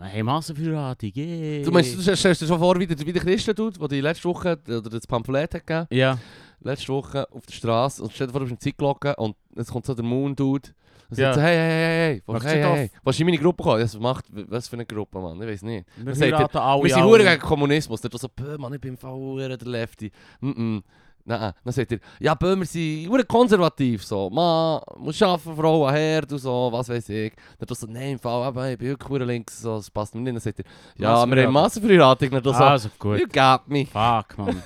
S2: Hey, Massenverheiratung, yeah.
S1: Du meinst, du stellst dir schon vor, wie der, wie der Christen tut, der die letzte Woche oder das Pamphlet hat gegeben
S2: Ja.
S1: letzte Woche auf der Straße und stell dir vor, du bist im Zeitglocken und jetzt kommt so der Moon-Dude und
S2: Ja.
S1: sagt so, hey, hey, hey, hey, was
S2: Machst
S1: hey,
S2: du
S1: hey, hey, was in meine Gruppe kommen? Das macht, was für eine Gruppe, Mann, ich weiß nicht.
S2: Wir
S1: sagt er,
S2: heiraten alle
S1: wir sind
S2: alle.
S1: hure gegen Kommunismus. Der so, «Bö, Mann, ich bin voll hure der Lefty. Mm -mm. Nein, dann sagt er, ja, eh, Bö, wir sind hure konservativ, so, man muss arbeiten, Frau, Herd und so, was ah, weiß ich. Dann so, nein, im Fall, eben, ich bin wirklich hure links, so, das passt mir nicht. Dann sagt er, nou, ja, wir haben Massenverheiratung. Dann so,
S2: Also gut.
S1: you got me.
S2: Fuck, man.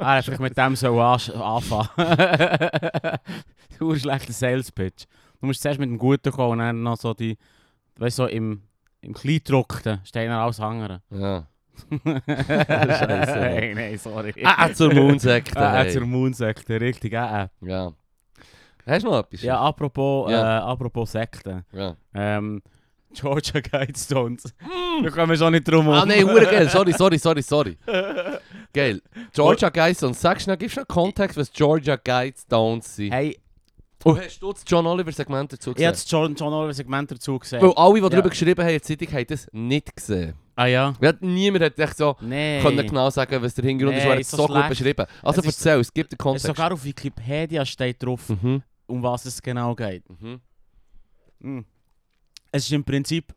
S2: ah, vielleicht mit dem so ansch- anfangen. (laughs) Du hast schlechter Sales Pitch. Du musst zuerst mit dem Guten kommen und dann noch so die, weißt du, so im, im Kleingedruckten stehen dann alles (laughs) andere.
S1: Ja. Scheisse, ja.
S2: Nein, nein, sorry.
S1: Ah, äh, zur Moonsekte.
S2: (laughs) Ah, äh,
S1: hey.
S2: zur Moon-Sekte, richtig. Äh, äh.
S1: eh, Ja. Hast du noch etwas?
S2: Ja, apropos,
S1: Ja.
S2: Äh, apropos Sekten.
S1: ja.
S2: Ähm, (laughs) Georgia Guidestones. Da kommen wir schon nicht drum
S1: Ah, nein, hure geil, sorry, sorry, sorry,
S2: (laughs)
S1: sorry. Geil. Georgia Guidestones, sagst du noch, gibst du noch Kontext, was Georgia Guidestones sind?
S2: Hey,
S1: Und hast du das Oh, John Oliver-Segment dazu
S2: ich
S1: gesehen?
S2: habe das John, John Oliver-Segment dazu gesehen.
S1: Weil alle, die darüber
S2: Ja.
S1: geschrieben haben in der Zeitung, haben das nicht gesehen.
S2: Ah ja?
S1: Weil Niemand hat echt so
S2: Nein.
S1: können genau sagen, was der Hintergrund ist,
S2: Nee,
S1: weil er dus
S2: ist so
S1: so gut
S2: schlecht.
S1: beschrieben Also
S2: Es ist-
S1: erzähl, es gibt den
S2: Es
S1: Kontext.
S2: sogar auf Wikipedia steht drauf,
S1: Mhm,
S2: um was es genau geht.
S1: mhm,
S2: Es ist im Prinzip,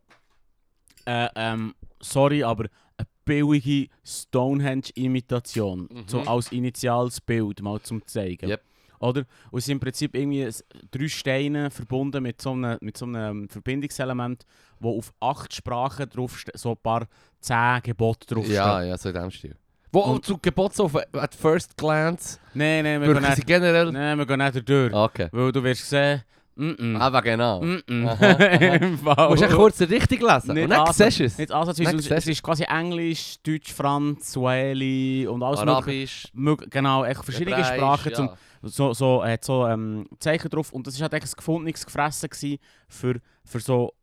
S2: äh, ähm, sorry, aber eine billige Stonehenge-Imitation.
S1: Mhm.
S2: So als initiales Bild mal zum zeigen.
S1: Yep.
S2: Oder? Und es sind im Prinzip irgendwie s- drei Steine verbunden mit so einem, mit so einem Verbindungselement, ehm, wo auf acht Sprachen drauf so ein paar zehn Gebote draufstehen.
S1: Ja, ja, so in dem Stil. Wo
S2: Und-
S1: zu Gebot so auf at first glance, Ah,
S2: Nein, nein, wir gehen
S1: wirken sie
S2: nicht,
S1: generell...
S2: nein, wir gehen nicht dadurch.
S1: Okay.
S2: Weil du wirst sehen, mm
S1: Aber genau. Du
S2: Mm-mm.
S1: Aha, aha.
S2: (laughs) Im Fall.
S1: musst echt kurz richtig lesen
S2: Nicht
S1: und dann
S2: ansatzweise.
S1: siehst du es.
S2: Nicht ansatzweise,
S1: Nein,
S2: es-
S1: siehst
S2: es ist quasi Englisch, Deutsch, Franz, Swahili und alles mögliche.
S1: Arabisch,
S2: Mög- Genau, echt verschiedene
S1: Hebräisch,
S2: Sprachen.
S1: ja.
S2: Zum, so, so, hat so ähm, Zeichen drauf und das war halt echt ein gefundenes Gefressen gewesen für, für so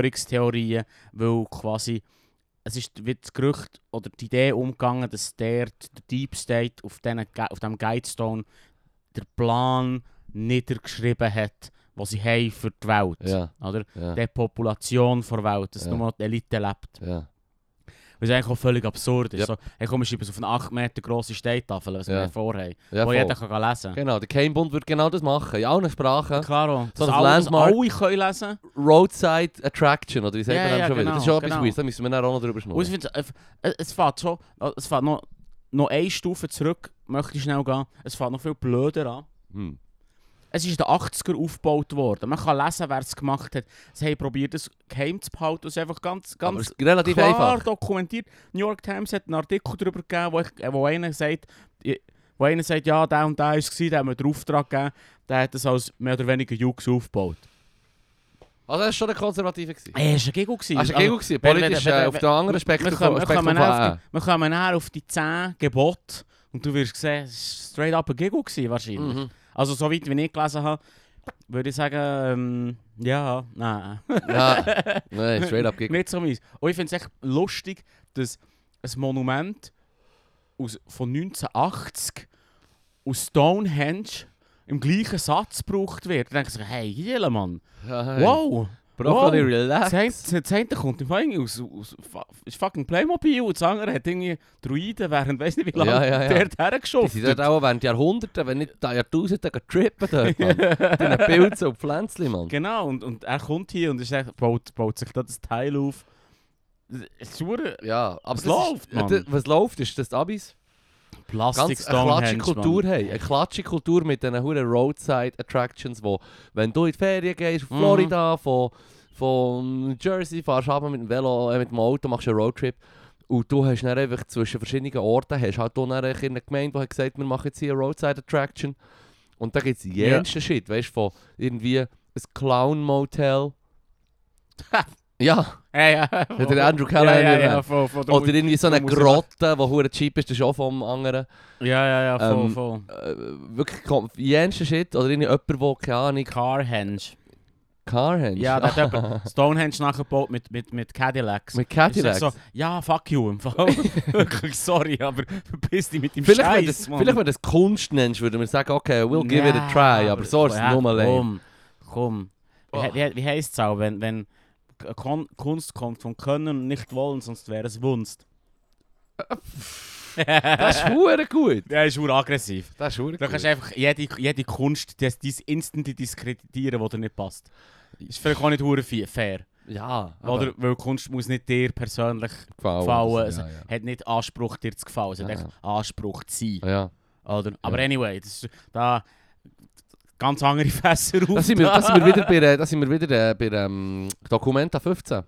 S2: Verschwörungstheorien, weil quasi es ist wie das Gerücht oder die Idee umgegangen, dass der, der Deep State auf, diesen, Ge- auf diesem Guidestone den Plan niedergeschrieben hat, den sie haben für die Welt.
S1: Ja,
S2: Oder?
S1: ja,
S2: der Population der Welt, dass
S1: Ja.
S2: nur noch die Elite lebt.
S1: ja.
S2: Was eigentlich auch völlig absurd ist.
S1: Yep.
S2: So, hey, komm, wir schreiben es auf eine 8 Meter grosse Steintafel, was
S1: Ja.
S2: wir vorhaben,
S1: ja nou,
S2: wo
S1: voll.
S2: jeder kann gehen lesen kann.
S1: Genau, der Keimbund würde genau das machen, in allen Sprachen.
S2: Klaro,
S1: So
S2: dass
S1: ein
S2: alle, dass
S1: Landmark.
S2: alle können lesen
S1: Roadside Attraction, oder wie sagt
S2: Ja,
S1: man dem
S2: ja,
S1: schon wieder? Das ist
S2: genau,
S1: schon etwas
S2: genau.
S1: weird, da müssen wir dann auch noch drüber
S2: Und ich
S1: schnurren.
S2: find's, äh, es- es fährt schon, äh, es fährt noch, noch eine Stufe zurück, möchte ich schnell gehen, es fährt noch viel blöder an.
S1: Hm.
S2: Es ist in den 80er aufgebaut worden. Man kann lesen, wer es gemacht hat. Sie haben probiert, es geheim zu behalten. und Es ist einfach ganz,
S1: Aber es
S2: ganz
S1: ist relativ
S2: klar
S1: einfach.
S2: dokumentiert. New York Times hat einen Artikel darüber gegeben, wo, ich, äh, wo einer sagt, i- wo einer sagt, ja, der und der war es, der hat mir den Auftrag gegeben, der hat das als mehr oder weniger Jux aufgebaut.
S1: Also er war schon ein Konservativer. gewesen.
S2: Ey, das war ein Gego. gewesen.
S1: Hast du
S2: Also,
S1: Gegner gesehen?
S2: wenn-
S1: Politisch
S2: wenn- wenn-
S1: äh, auf dem anderen Spektrum
S2: wir kommen, wir
S1: Spektrum
S2: kommen,
S1: von
S2: nachher
S1: äh.
S2: auf die, wir kommen nachher auf die 10 Gebote und du wirst sehen, es war straight up ein Gego gewesen, wahrscheinlich. (laughs)
S1: Mhm.
S2: Also, soweit wie ich gelesen habe, würde ich sagen, ähm, ja, nein.
S1: Ja, nein, straight up Gegner.
S2: Nicht so mies. Und ich finde es echt lustig, dass ein Monument aus, von 1980 aus Stonehenge im gleichen Satz gebraucht wird. Dann denke ich so, hey, Jelle, Mann. Wow!
S1: Broccoli,
S2: wow. Das eine-
S1: relax.
S2: das eine kommt im Fall aus, aus, aus ist fucking Playmobil und das andere hat irgendwie Druiden während, weiß nicht wie lange,
S1: Ja, ja, ja.
S2: dort
S1: Die
S2: hergeschafft.
S1: sind dort auch während Jahrhunderten, wenn nicht Jahrtausenden, getrippen dort,
S2: (laughs)
S1: Mann. Deine Pilze und Pflänzchen, Mann.
S2: Genau, und, und er kommt hier und ist echt, baut, baut sich da das Teil auf. Es ist verdammt
S1: Ja, aber
S2: Was
S1: das ist-
S2: läuft, Mann?
S1: d- Was läuft, ist, dass die Abis
S2: Plastik
S1: ganz eine klatsche
S2: Stonehenge,
S1: Kultur
S2: Mann.
S1: haben. Eine klatsche Kultur mit diesen huren Roadside Attractions, wo, wenn du in die Ferien gehst,
S2: Mhm.
S1: auf Florida, von, von Jersey, fahrst runter mit dem Velo, äh, mit dem Auto, machst einen Roadtrip. Und du hast dann einfach zwischen verschiedenen Orten, hast halt auch dann in einer Gemeinde, die hat gesagt, wir machen jetzt hier eine Roadside Attraction. Und da gibt es jensten Shit, weißt du, von irgendwie ein Clown
S2: (laughs)
S1: Motel. ja, (laughs)
S2: Ja, ja.
S1: hat der Andrew Callahan
S2: Ja, ja, ja,
S1: erwähnt.
S2: voll, voll.
S1: oder irgendwie so eine
S2: muss ich-
S1: Grotte, die hure cheap ist, das ist auch vom anderen.
S2: Ja, ja, ja, voll,
S1: Ähm,
S2: voll.
S1: äh, wirklich kom- jensten Shit oder irgendwie jemand, der keine Ahnung
S2: Carhenge.
S1: Carhenge.
S2: Ja, da
S1: (laughs)
S2: hat jemand Stonehenge nachgebaut mit, mit, mit Cadillacs.
S1: Mit
S2: Ist echt
S1: Cadillacs.
S2: So, ja, fuck you (laughs) im Fall. Wirklich, sorry, aber verpiss dich mit dem
S1: Vielleicht, wenn
S2: Scheiß,
S1: das, vielleicht, wenn das Kunst nennst, würde man sagen, okay, we'll give it a try, aber so ist es nur mal
S2: oh
S1: lame.
S2: Komm, komm. Wie,
S1: Oh.
S2: he- wie, he- wie heisst es auch, wenn, wenn
S1: Äh, (laughs)
S2: Kon Kunst kommt von Können und nicht Wollen, sonst wäre es Wunst.
S1: Das ist
S2: (laughs)
S1: verdammt gut.
S2: Der ist nur aggressiv.
S1: Das ist verdammt
S2: Da kannst du
S1: gut.
S2: einfach jede, jede Kunst, das dies instantly diskreditieren, wo dir nicht passt. Ist vielleicht auch nicht hure fi- fair.
S1: Ja,
S2: Oder, weil Kunst muss nicht dir persönlich
S1: gefallen.
S2: gefallen.
S1: Ah, Oh, Das-
S2: Es
S1: Ja, ja.
S2: hat nicht Anspruch, dir zu gefallen. Es hat
S1: Ja,
S2: echt Anspruch zu sein.
S1: Ah, ja.
S2: Oder? Aber anyway, das ist da ganz andere (laughs) Fässer auf.
S1: Da sind wir, da sind wir wieder bei, äh, da sind wir wieder, äh, bei ähm, Documenta 15.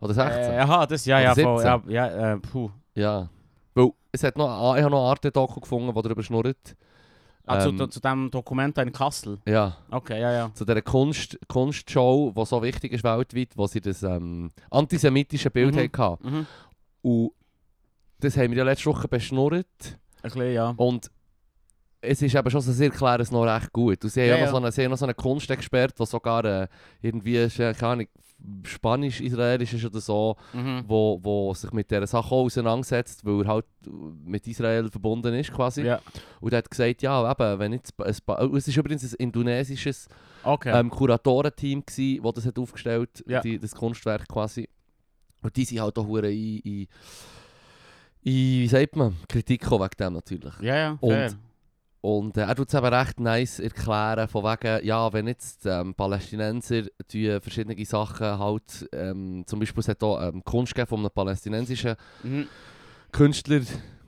S1: Oder 16.
S2: Äh, aha, das, ja, ja,
S1: Oder
S2: voll, ja, ja, äh, puh.
S1: Ja. Weil es hat noch, ah, ich habe noch eine Art Doku gefunden, die darüber schnurrt.
S2: Ah, zu-
S1: Ähm,
S2: zu, zu dem Dokument in Kassel.
S1: Ja,
S2: Okay, ja, ja.
S1: zu dieser Kunst, Kunstshow, die so wichtig ist weltweit, wo sie das ähm, antisemitische Bild
S2: Mhm.
S1: hatten.
S2: Mhm.
S1: Und das haben wir ja letzte Woche beschnurrt.
S2: Ein bisschen, ja.
S1: Und es ist eben schon so, sie erklären es noch recht gut. Und sie haben
S2: Ja,
S1: ja,
S2: ja.
S1: Noch so einen, sie haben noch so einen Kunstexperten, der sogar äh, irgendwie, ist, äh, keine Ahnung, Spanisch-Israelisch ist oder so,
S2: Mhm.
S1: wo, wo sich mit dieser Sache auch auseinandersetzt, weil er halt mit Israel verbunden ist quasi.
S2: Ja.
S1: Und er hat gesagt, ja, eben, wenn jetzt ein paar, oh, es ist übrigens ein indonesisches
S2: Okay.
S1: ähm, Kuratorenteam gsi, wo das hat aufgestellt,
S2: Ja.
S1: die, das Kunstwerk quasi. Und die sind halt auch hure in, in, in, wie sagt man, Kritik gekommen wegen dem natürlich.
S2: ja, ja,
S1: und-
S2: fair.
S1: Und äh, er tut es eben recht nice erklären, von wegen, ja, wenn jetzt ähm, Palästinenser die verschiedene Sachen halt, ähm, zum Beispiel es hat auch ähm, Kunst gegeben von einem palästinensischen
S2: Mhm.
S1: Künstler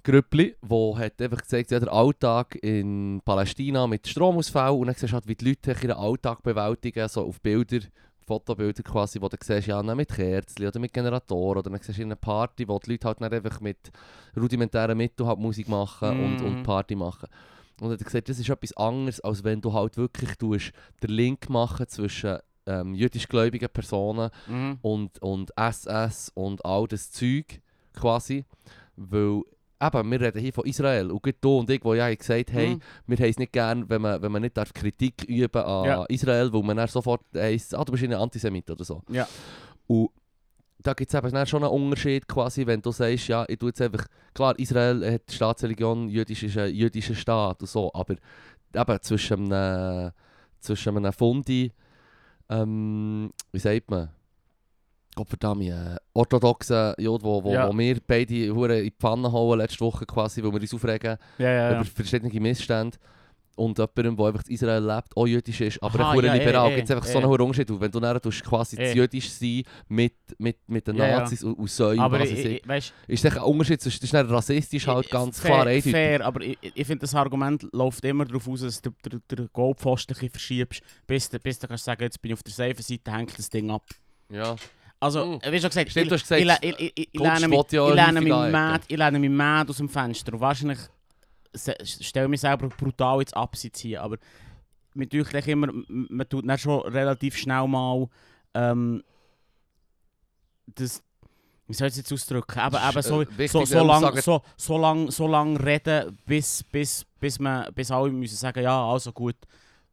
S1: Gröppli, der hat einfach gesagt, ja, der Alltag in Palästina mit Stromausfall und dann siehst du halt, wie die Leute ihren Alltag bewältigen, so auf Bilder, Fotobilder quasi, wo du siehst, ja, dann mit Kerzen oder mit Generatoren oder dann siehst du in einer Party, wo die Leute halt dann einfach mit rudimentären Mitteln halt Musik machen und,
S2: Mhm.
S1: und Party machen. Und er hat gesagt, das ist etwas anderes, als wenn du halt wirklich tust, den Link machen zwischen ähm, jüdischgläubigen Personen
S2: Mhm.
S1: und, und SS und all das Zeug quasi. Weil eben, wir reden hier von Israel. Und gerade du und ich, die ja haben gesagt hey,
S2: Mhm.
S1: wir haben es nicht gern, wenn man, wenn man nicht darf Kritik üben an
S2: Ja.
S1: Israel, weil man dann sofort heisst, ah, du bist ein Antisemit oder so.
S2: Ja.
S1: Und da gibt es eben dann schon einen Unterschied quasi, wenn du sagst, ja, ich tue jetzt einfach, klar, Israel hat die Staatsreligion, jüdisch ist ein jüdischer Staat und so, aber eben zwischen einem, zwischen einem Fundi, ähm, wie sagt man, Gottverdammt, äh, orthodoxen Jod, wo, wo,
S2: Ja.
S1: wo wir beide hure in die Pfanne hauen letzte Woche quasi, weil wir uns aufregen
S2: Ja, ja, ja.
S1: über verschiedene Missstände. Und jemandem, der einfach in Israel lebt, auch jüdisch ist, aber
S2: Aha,
S1: Aha,
S2: ja, eh,
S1: liberal,
S2: eh,
S1: gibt es einfach
S2: eh.
S1: so einen hohen Unterschied. Und Wenn du dann tust, quasi
S2: Eh.
S1: jüdisch sein mit, mit, mit den
S2: Ja, ja.
S1: Nazis und, und Säulen,
S2: Aber
S1: was
S2: ich,
S1: weiß ich,
S2: ich, weißt,
S1: ist das ein Unterschied, das ist dann rassistisch halt ganz
S2: fair,
S1: klar eindeutig.
S2: fair, aber ich, ich finde, das Argument läuft immer darauf aus, dass du den den Goalpfosten ein bisschen verschiebst, bis, du- bis du kannst sagen, jetzt bin ich auf der safe Seite, hängt das Ding ab.
S1: Ja.
S2: Also,
S1: Mhm.
S2: wie schon gesagt,
S1: Stimmt,
S2: ich,
S1: du hast gesagt,
S2: ich, le- ich, ich, ich, ich
S1: Kunst
S2: lerne mich,
S1: will ja
S2: ich lerne
S1: häufig
S2: mich
S1: anecken.
S2: mad- ich lerne mich mad aus dem Fenster. Und wahrscheinlich se- stelle mich selber brutal ins Abseits hier, aber mit euch denke ich immer, m- man tut dann schon relativ schnell mal ähm, das, wie soll ich es jetzt ausdrücken, aber,
S1: Das
S2: aber
S1: ist,
S2: so,
S1: äh,
S2: so,
S1: wichtige
S2: so lange
S1: Aussage.
S2: so, so lang, so lang reden, bis, bis, bis, man, bis alle müssen sagen, ja, also gut,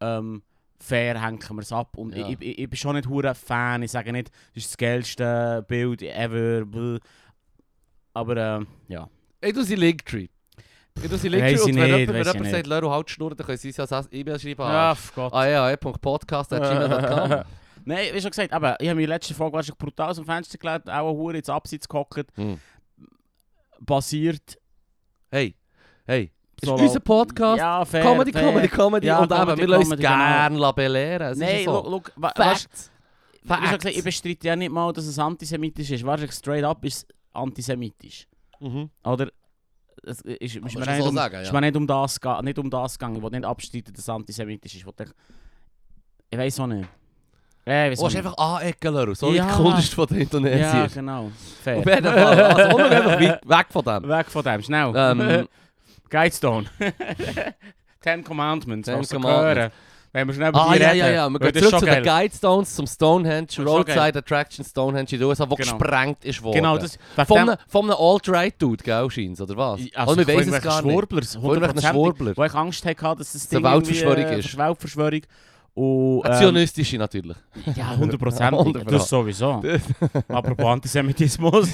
S2: ähm, fair hängen wir es ab. Und
S1: Ja.
S2: ich, ich, ich bin schon nicht hure Fan, ich sage nicht, das ist das geilste Bild ever, bläh. aber ähm, ja.
S1: Ich tue sie Linktree. Ich tue sie
S2: Weiss
S1: Linktree
S2: ich
S1: und wenn
S2: nicht,
S1: jemand, wenn
S2: weiss ich
S1: jemand sagt,
S2: nicht.
S1: Leru, halt die Schnur, dann können sie uns ja ein E-Mail schreiben.
S2: Ah,
S1: an
S2: f- Gott.
S1: (laughs)
S2: (laughs)
S1: aea.podcast.gmail.com
S2: Nein, wie schon gesagt, aber ich habe mich letzte Folge wahrscheinlich brutal aus dem Fenster gelegt, auch hure ins Abseits gehockt,
S1: Hm.
S2: basiert.
S1: Hey, hey. Ist
S2: so
S1: unser
S2: laut-
S1: Podcast.
S2: ja, fair,
S1: Comedy,
S2: fair.
S1: Comedy, Comedy.
S2: Ja,
S1: und eben,
S2: Comedy,
S1: wir lassen uns
S2: Comedy, genau.
S1: gerne la belehren. Es
S2: Nein,
S1: ist
S2: look,
S1: so.
S2: look, wa- weißt-
S1: Facts.
S2: Wie schon
S1: Facts.
S2: gesagt, ich bestreite ja nicht mal, dass es antisemitisch ist. Wahrscheinlich straight up ist es antisemitisch.
S1: Mhm.
S2: Oder? Es ist, ist, mir
S1: schon
S2: nicht
S1: so
S2: um,
S1: sagen, Ah,
S2: ist
S1: ja.
S2: mir nicht um das ga- nicht um das gegangen. Ich will nicht abstreiten, dass es antisemitisch ist. Ich, will Dus echt- ich weiß auch nicht. Ja, ich weiss
S1: Oh,
S2: auch
S1: ist
S2: nicht.
S1: einfach anecken, Leru. So wie
S2: Ja.
S1: die Kunst von den
S2: Ja,
S1: Indonesiern.
S2: genau.
S1: Auf
S2: Fair.
S1: jeden Fall. Also, komm doch einfach weit weg von dem.
S2: Weg von dem, schnell. (laughs)
S1: Ähm,
S2: Guidestone. (laughs) Ten Commandments,
S1: Ten
S2: was wir
S1: Commandments.
S2: hören. Wenn wir schnell über
S1: Ah,
S2: die
S1: ja,
S2: reden,
S1: ja, ja. Wir gehen
S2: weil das ist
S1: zurück zu
S2: schon
S1: den
S2: geil.
S1: Guidestones, zum Stonehenge,
S2: ist schon geil.
S1: Roadside Attraction Stonehenge in den USA, wo
S2: Genau.
S1: gesprengt ist worden.
S2: Genau, dus- das...
S1: Von einem- von einem Alt-Right-Dude, gell, scheint's, oder was?
S2: Also,
S1: wir
S2: von
S1: wissen es
S2: irgendwelchen
S1: gar nicht.
S2: Schwurblers,
S1: Von irgendwelchen
S2: 100%.
S1: Schwurbler.
S2: Wo ich Angst hatte, dass das
S1: eine
S2: Ding irgendwie,
S1: Weltverschwörung
S2: äh,
S1: ist.
S2: eine Weltverschwörung. Und,
S1: Eine
S2: ähm,
S1: Zionistische natürlich.
S2: ja,
S1: (laughs)
S2: 100%.
S1: 100%.
S2: das sowieso. Apropos Antisemitismus.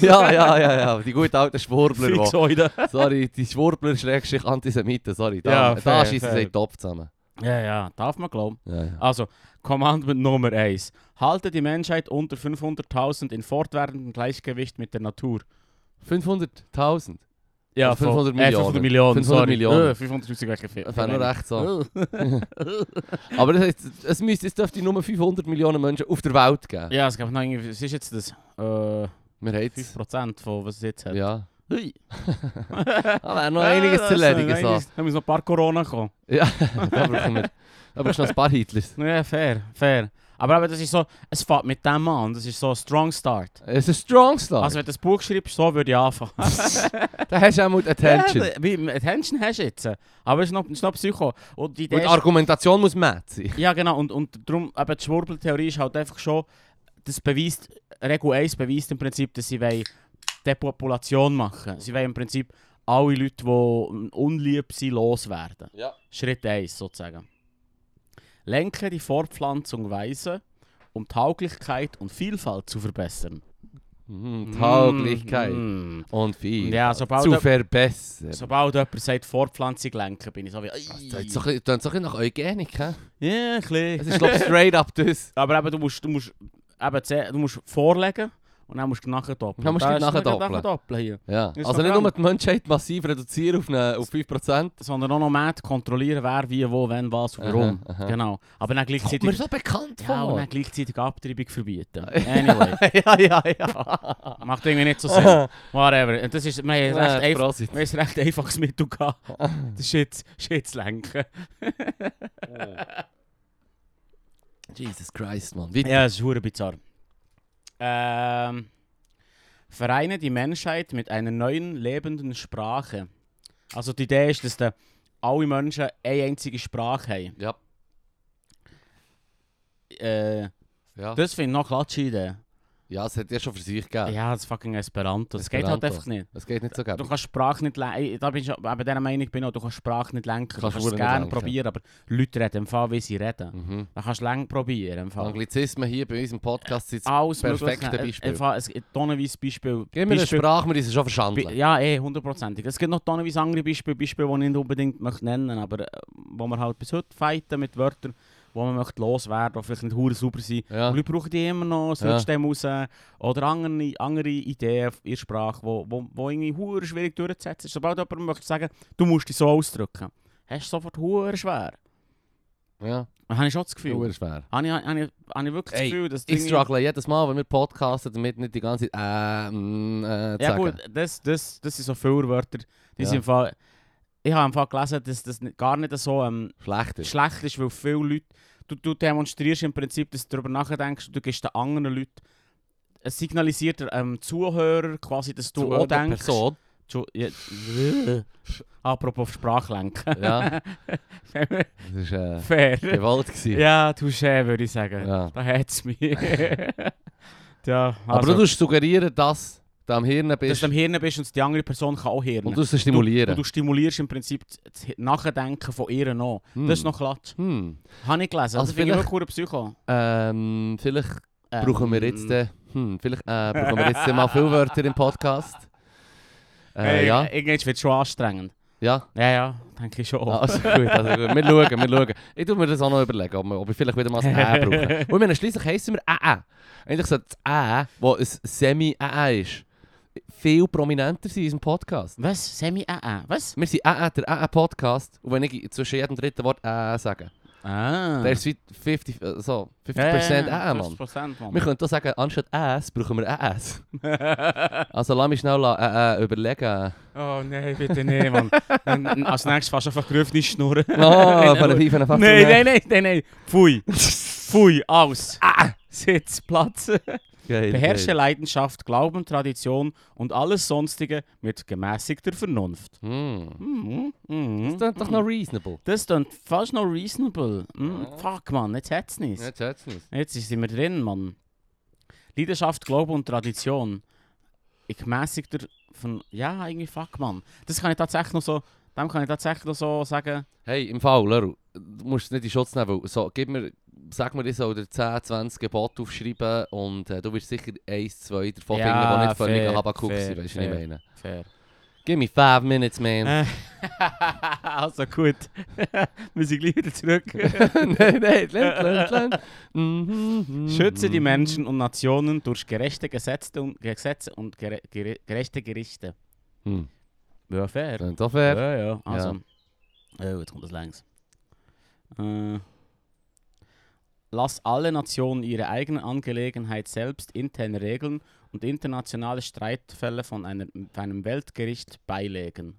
S1: (laughs) (laughs) Ja, ja, ja, ja. Die guten alten
S2: (laughs)
S1: Schwurbler, die
S2: Fix heute.
S1: Sorry, die Schwurbler schrägstrich Antisemiten, sorry. Da,
S2: Ja,
S1: da
S2: fair,
S1: schießen
S2: fair.
S1: sie top zusammen.
S2: Ja, ja, darf man glauben.
S1: Ja, ja.
S2: Also, Commandment Nummer 1. Halte die Menschheit unter 500.000 in fortwährendem Gleichgewicht mit der Natur.
S1: 500.000.
S2: Ja,
S1: Also
S2: voll.
S1: 500
S2: Äh,
S1: Millionen.
S2: 500 Millionen,
S1: 500
S2: sorry.
S1: Millionen.
S2: Äh, 500 Millionen wäre viel.
S1: Das wäre noch recht so.
S2: Oh.
S1: (laughs)
S2: recht.
S1: Aber das heisst, es, müsste, es dürfte nur 500 Millionen Menschen auf der Welt geben.
S2: ja, es gab noch irgendwie, was ist jetzt das? Äh,
S1: Wir haben es.
S2: 5% von was es jetzt hat.
S1: Ja.
S2: Hui. Ah, Also,
S1: Da wäre (laughs) noch
S2: (laughs)
S1: einiges zu erledigen. So.
S2: Da müssen noch ein paar Corona kommen.
S1: (laughs) Ja, da brauchen wir. Da brauchst du noch ein paar Hitlers.
S2: Ja, fair, fair. Aber eben, das ist so, es fängt mit dem an, das ist so ein strong start.
S1: Es ist ein strong start.
S2: Also wenn du das Buch schreibst, so würde ich anfangen.
S1: da hast du auch mal die Attention.
S2: Ja, wie- Attention hast du jetzt. Aber es ist noch, es ist noch Psycho. Und die Idee
S1: Und die
S2: ist-
S1: Argumentation muss matt sein.
S2: Ja, genau. Und, und darum, eben die Schwurbeltheorie ist halt einfach schon, das beweist, Regel 1 beweist im Prinzip, dass sie wollen Depopulation machen Sie wollen im Prinzip alle Leute, die unlieb sind, loswerden.
S1: Ja.
S2: Schritt 1 sozusagen. Lenke die Fortpflanzung weise, um Tauglichkeit und Vielfalt zu verbessern.
S1: Mm, Tauglichkeit
S2: Mm.
S1: und viel.
S2: Ja, sobald,
S1: Zu
S2: jemand-
S1: verbessern. So,
S2: sobald jemand sagt Fortpflanzung lenken, bin ich so wie...
S1: das ist so ein bisschen- das klingt so ein bisschen nach Eugenik. hä?
S2: Ja, ein bisschen.
S1: Es ist glaub,
S2: (laughs)
S1: ich, straight up das.
S2: Aber eben, du musst, du musst, eben, ze- du musst vorlegen und dann musst du nachher doppeln.
S1: Dann musst du
S2: Da
S1: gleich
S2: ist
S1: nachher
S2: nicht
S1: doppeln.
S2: doppeln hier.
S1: Ja.
S2: Ist
S1: Also
S2: doch
S1: nicht
S2: dran.
S1: nur die Menschheit massiv reduzieren auf, eine, auf 5%.
S2: Sondern auch noch mehr kontrollieren, wer, wie, wo, wenn, was, und
S1: Aha,
S2: warum.
S1: aha.
S2: Genau. Aber dann
S1: Kommt mir
S2: gleichzeitig...
S1: so bekannt
S2: Ja, und
S1: vor.
S2: dann gleichzeitig Abtreibung
S1: (laughs)
S2: verbieten. Anyway.
S1: ja, ja, ja.
S2: Macht irgendwie nicht
S1: (laughs)
S2: so Sinn. Whatever. Und Das ist, wir haben recht,
S1: Nein,
S2: einf
S1: Prosit.
S2: wir haben ein recht einfaches Mittel gehabt.
S1: (laughs)
S2: Das Shit, Shit zu lenken.
S1: Jesus Christ, Mann. Wie
S2: Ja, es ist hure bizarr. Ähm, vereine die Menschheit mit einer neuen lebenden Sprache. Also die Idee ist, dass da alle Menschen eine einzige Sprache haben.
S1: Ja,
S2: Äh,
S1: ja.
S2: das finde ich noch eine klatsche Idee.
S1: Ja, es hat ja schon für sich gegeben.
S2: Ja, das fucking Esperanto. Das geht halt
S1: Esperanto.
S2: einfach nicht.
S1: Es geht nicht so
S2: Du
S1: gäbe.
S2: kannst Sprache nicht lenken. Da bin ich auch- eben dieser Meinung bin ich auch, du kannst Sprache nicht lenken.
S1: Kannst
S2: Du kannst es
S1: hure nicht
S2: gerne
S1: lenken.
S2: probieren, aber Leute reden im Fall, wie sie reden.
S1: Mhm.
S2: Da kannst du lange probieren. Im Fall.
S1: Anglizismen hier bei uns im Podcast sind
S2: Alles
S1: perfekte
S2: Mögliche. Äh,
S1: Beispiel.
S2: Im Fall, es gibt tonnenweise Beispiele.
S1: Gib mir eine
S2: Beispiele-
S1: Sprache, wir sind schon
S2: Bi-
S1: verschandelt.
S2: Ja, eh, hundertprozentig. Es gibt noch tonnenweise andere Beispiele, Beispiele, die ich nicht unbedingt möchte nennen möchte, aber äh, wo man halt bis heute fighten mit Wörtern, wo man möchte loswerden, die vielleicht nicht hure sauber sind.
S1: Ja.
S2: Und Leute brauchen die immer noch, es
S1: Ja.
S2: rutscht dem raus. Oder andere, andere Ideen in der Sprache, die wo, wo, wo irgendwie hure schwierig durchzusetzen ist. Sobald jemand möchte sagen, du musst dich so ausdrücken, hast du sofort hure schwer.
S1: Ja,
S2: Dann habe ich schon das Gefühl.
S1: sehr schwer.
S2: Habe ich, habe, ich, habe ich
S1: Ey,
S2: wirklich das Gefühl, dass... die
S1: Ich
S2: irgendwie-
S1: struggle jedes Mal, wenn wir podcasten, damit nicht die ganze Zeit äh, mm, äh, zu
S2: Ja
S1: sagen.
S2: gut, das, das, das sind so Füllwörter. Die
S1: Ja.
S2: sind im Fall, ich habe im Fall gelesen, dass das nicht- gar nicht so ähm,
S1: Schlechter.
S2: schlecht ist, weil viele Leute, du, du demonstrierst im Prinzip, dass du darüber nachdenkst, du gibst den anderen Leuten, es signalisiert der ähm, Zuhörer quasi, dass du auch
S1: Zuhörende
S2: denkst.
S1: Person.
S2: Entschu- Ja, (laughs) apropos Sprachlenken.
S1: Ja, das ist äh,
S2: (laughs) Fair.
S1: Gewalt gewesen.
S2: Ja, touché, würde ich sagen.
S1: Ja.
S2: Da hat es mich. (laughs) ja, also,
S1: Aber du tust suggerieren, dass du am Hirn
S2: dass
S1: bist
S2: du am Hirn bist und die andere Person kann auch Hirn.
S1: und du es
S2: Du,
S1: stimulieren.
S2: du stimulierst im Prinzip das Nachdenken von ihr noch.
S1: Hm.
S2: Das ist noch klatsch.
S1: Hm.
S2: Habe ich gelesen.
S1: Also
S2: Also das finde ich
S1: vielleicht-
S2: wirklich ein Psycho.
S1: Ähm, vielleicht
S2: Ähm,
S1: brauchen wir jetzt, äh, hm, vielleicht, äh, brauchen wir jetzt mal viele Wörter im Podcast. Äh,
S2: Hey,
S1: ja,
S2: Irgendwann wird es schon anstrengend.
S1: ja.
S2: Ja, ja, denke ich schon.
S1: Ah, Also gut, also gut. Wir schauen, wir schauen. Ich tu mir das auch noch überlegen, ob, wir, ob ich vielleicht wieder mal ein Ä
S2: (laughs)
S1: brauche. Und meine, schliesslich heissen wir Ä. Eigentlich sollte das Ä, wo ein Semi-Ä ist, viel prominenter sein in diesem Podcast.
S2: Was? Semi AA? Was?
S1: Wir sind Ä, der Ä-Podcast. Und wenn ich zwischen jedem dritten Wort Ä sage,
S2: Ah.
S1: der ist wie 50, äh, so, 50%
S2: Ja, ja, ja,
S1: Ä, Mann.
S2: 50% Mann.
S1: Wir können doch sagen, anstatt Äs brauchen wir
S2: (laughs)
S1: Äs. also lass mich schnell la- äh, äh,
S2: (laughs)
S1: überlegen.
S2: Oh nein, bitte nicht, Mann. Und, und als nächstes fast einfach gerüffene Schnurren.
S1: Ah,
S2: Nein,
S1: von der
S2: nein,
S1: Pfeife einfach zu
S2: nein,
S1: nehmen.
S2: nein, nein, nein, nein.
S1: (laughs)
S2: Pfui. Pfui, aus.
S1: Ah.
S2: Sitz, Platz.
S1: Geil,
S2: Beherrsche
S1: geil.
S2: Leidenschaft, Glauben, Tradition und alles Sonstige mit gemäßigter Vernunft.
S1: Hm.
S2: Mhm.
S1: Das
S2: Mhm.
S1: klingt doch noch reasonable.
S2: Das klingt fast noch reasonable. Mhm.
S1: Ja.
S2: Fuck, Mann, jetzt hat's nicht.
S1: Jetzt hört's nicht.
S2: Jetzt sind wir drin, Mann. Leidenschaft, Glaube und Tradition. Ich gemäßigter von. Ja, irgendwie fuck, Mann. Das kann ich tatsächlich noch so. Dem kann ich tatsächlich noch so sagen.
S1: Hey, im Fall, Leru, du musst es nicht in Schutz nehmen, weil so, gib mir, sag mir, ich soll dir 10, 20 Gebote aufschreiben und äh, du wirst sicher 1, 2 davon
S2: Ja,
S1: finden, die nicht völlig
S2: fair,
S1: Habakuk
S2: fair,
S1: sind, weißt du, was ich
S2: fair.
S1: meine?
S2: Fair.
S1: Give me 5 minutes, (laughs) man.
S2: Äh, (laughs) also gut. (laughs) wir sind gleich wieder
S1: (laughs)
S2: zurück.
S1: nein, nein, lernt, lernt,
S2: (laughs)
S1: lernt. Mhm, mhm,
S2: Schütze die
S1: mhm.
S2: Menschen und Nationen durch gerechte Gesetze und, Gesetze und gere, gere, gerechte Gerichte.
S1: Hm.
S2: Ja, fair.
S1: Klingt auch fair.
S2: Ja, ja. Also. Oh, jetzt kommt das längs. Äh, lass alle Nationen ihre eigene Angelegenheit selbst intern regeln und internationale Streitfälle von einer, einem Weltgericht beilegen.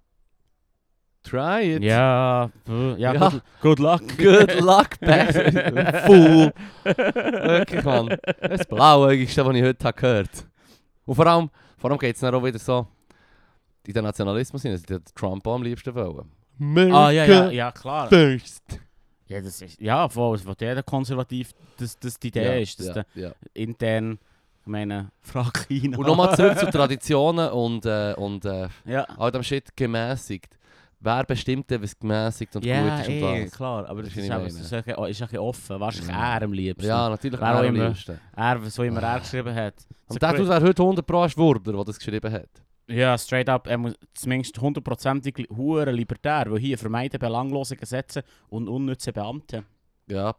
S1: Try it.
S2: Ja, ja,
S1: Ja.
S2: Good, good luck.
S1: (laughs) Good
S2: (laughs)
S1: luck, Bastard. Fool. Wirklich, Mann. Das Blauäugigste, was ich heute habe gehört Und vor allem, vor allem geht es dann auch wieder so in den Nationalismus hin. Also, die hat Trump auch am liebsten wollen.
S2: Ah, ja, ja, ja, klar.
S1: First.
S2: Ja, das ist, ja voll, das wird jeder konservativ, dass das die Idee
S1: ja,
S2: ist, dass
S1: ja,
S2: der
S1: ja.
S2: intern, ich meine, (laughs) frag China.
S1: Und nochmal zurück zu Traditionen und, äh, und äh,
S2: Ja,
S1: all dem Shit gemäßigt. Wer bestimmt denn, was gemäßigt und
S2: ja
S1: gut ist und
S2: eh,
S1: was?
S2: klar, aber
S1: Das ist
S2: das ist,
S1: nicht
S2: auch-
S1: meine.
S2: das ist, auch- ist ein bisschen offen, wahrscheinlich
S1: Ja.
S2: er am liebsten.
S1: Ja, Ah. natürlich,
S2: eh. Wer
S1: wer
S2: auch
S1: am
S2: immer.
S1: liebsten.
S2: Er, so immer er geschrieben hat.
S1: Und
S2: So
S1: der tut
S2: cra-
S1: wer heute 100 Pro ist Wurber, der das geschrieben hat.
S2: ja, straight up, er muss zumindest hundertprozentig li- hure libertär, weil hier vermeiden belanglose Gesetze und unnütze Beamte.
S1: Ja,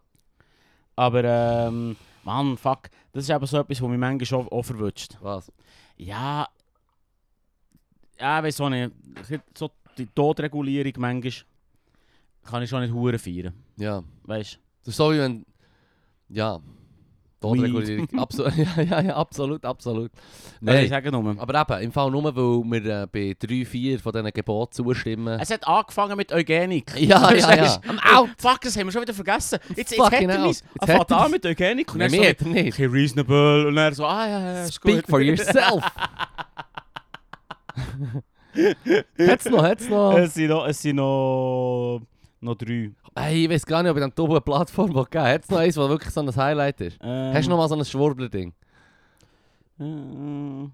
S2: Aber ähm, Mann, fuck, das ist eben so etwas, was mich manchmal auch, auch verwünscht.
S1: was?
S2: Ja, ja, weiss auch nicht, Ein bisschen so die Todregulierung manchmal kann ich schon nicht hure feiern,
S1: Ja.
S2: weißt
S1: Das ist so wie wenn. Ja. Todregulierung. Absolut. (laughs) Ja, ja, ja, absolut, absolut.
S2: du? Nein. Ich
S1: Nein.
S2: sage nur.
S1: Aber eben, im Fall nur, weil wir äh, bei 3, 4 von diesen Geboten zustimmen.
S2: Es hat angefangen mit Eugenik.
S1: (laughs) Ja, ja, ja.
S2: I'm out. Fuck, das haben wir schon wieder vergessen. Jetzt, jetzt
S1: Fucking
S2: hätten wir es. Ah,
S1: out. Jetzt
S2: Er fängt
S1: hätten
S2: an mit Eugenik und
S1: Nein,
S2: dann so
S1: wir
S2: mit
S1: hätten nicht.
S2: «Okay, reasonable» und dann so «Ah ja, ja, ist
S1: Speak
S2: gut.»
S1: for yourself! hat's noch, hat's noch.
S2: (laughs) Es sind noch, es sind noch, noch drei.
S1: Ey, ich weiß gar nicht, ob ich dann dumme Plattform gegeben habe. Hat's noch eins, was wirklich so ein Highlight ist?
S2: Ähm,
S1: Hast du noch mal so ein Schwurbler-Ding?
S2: Äh,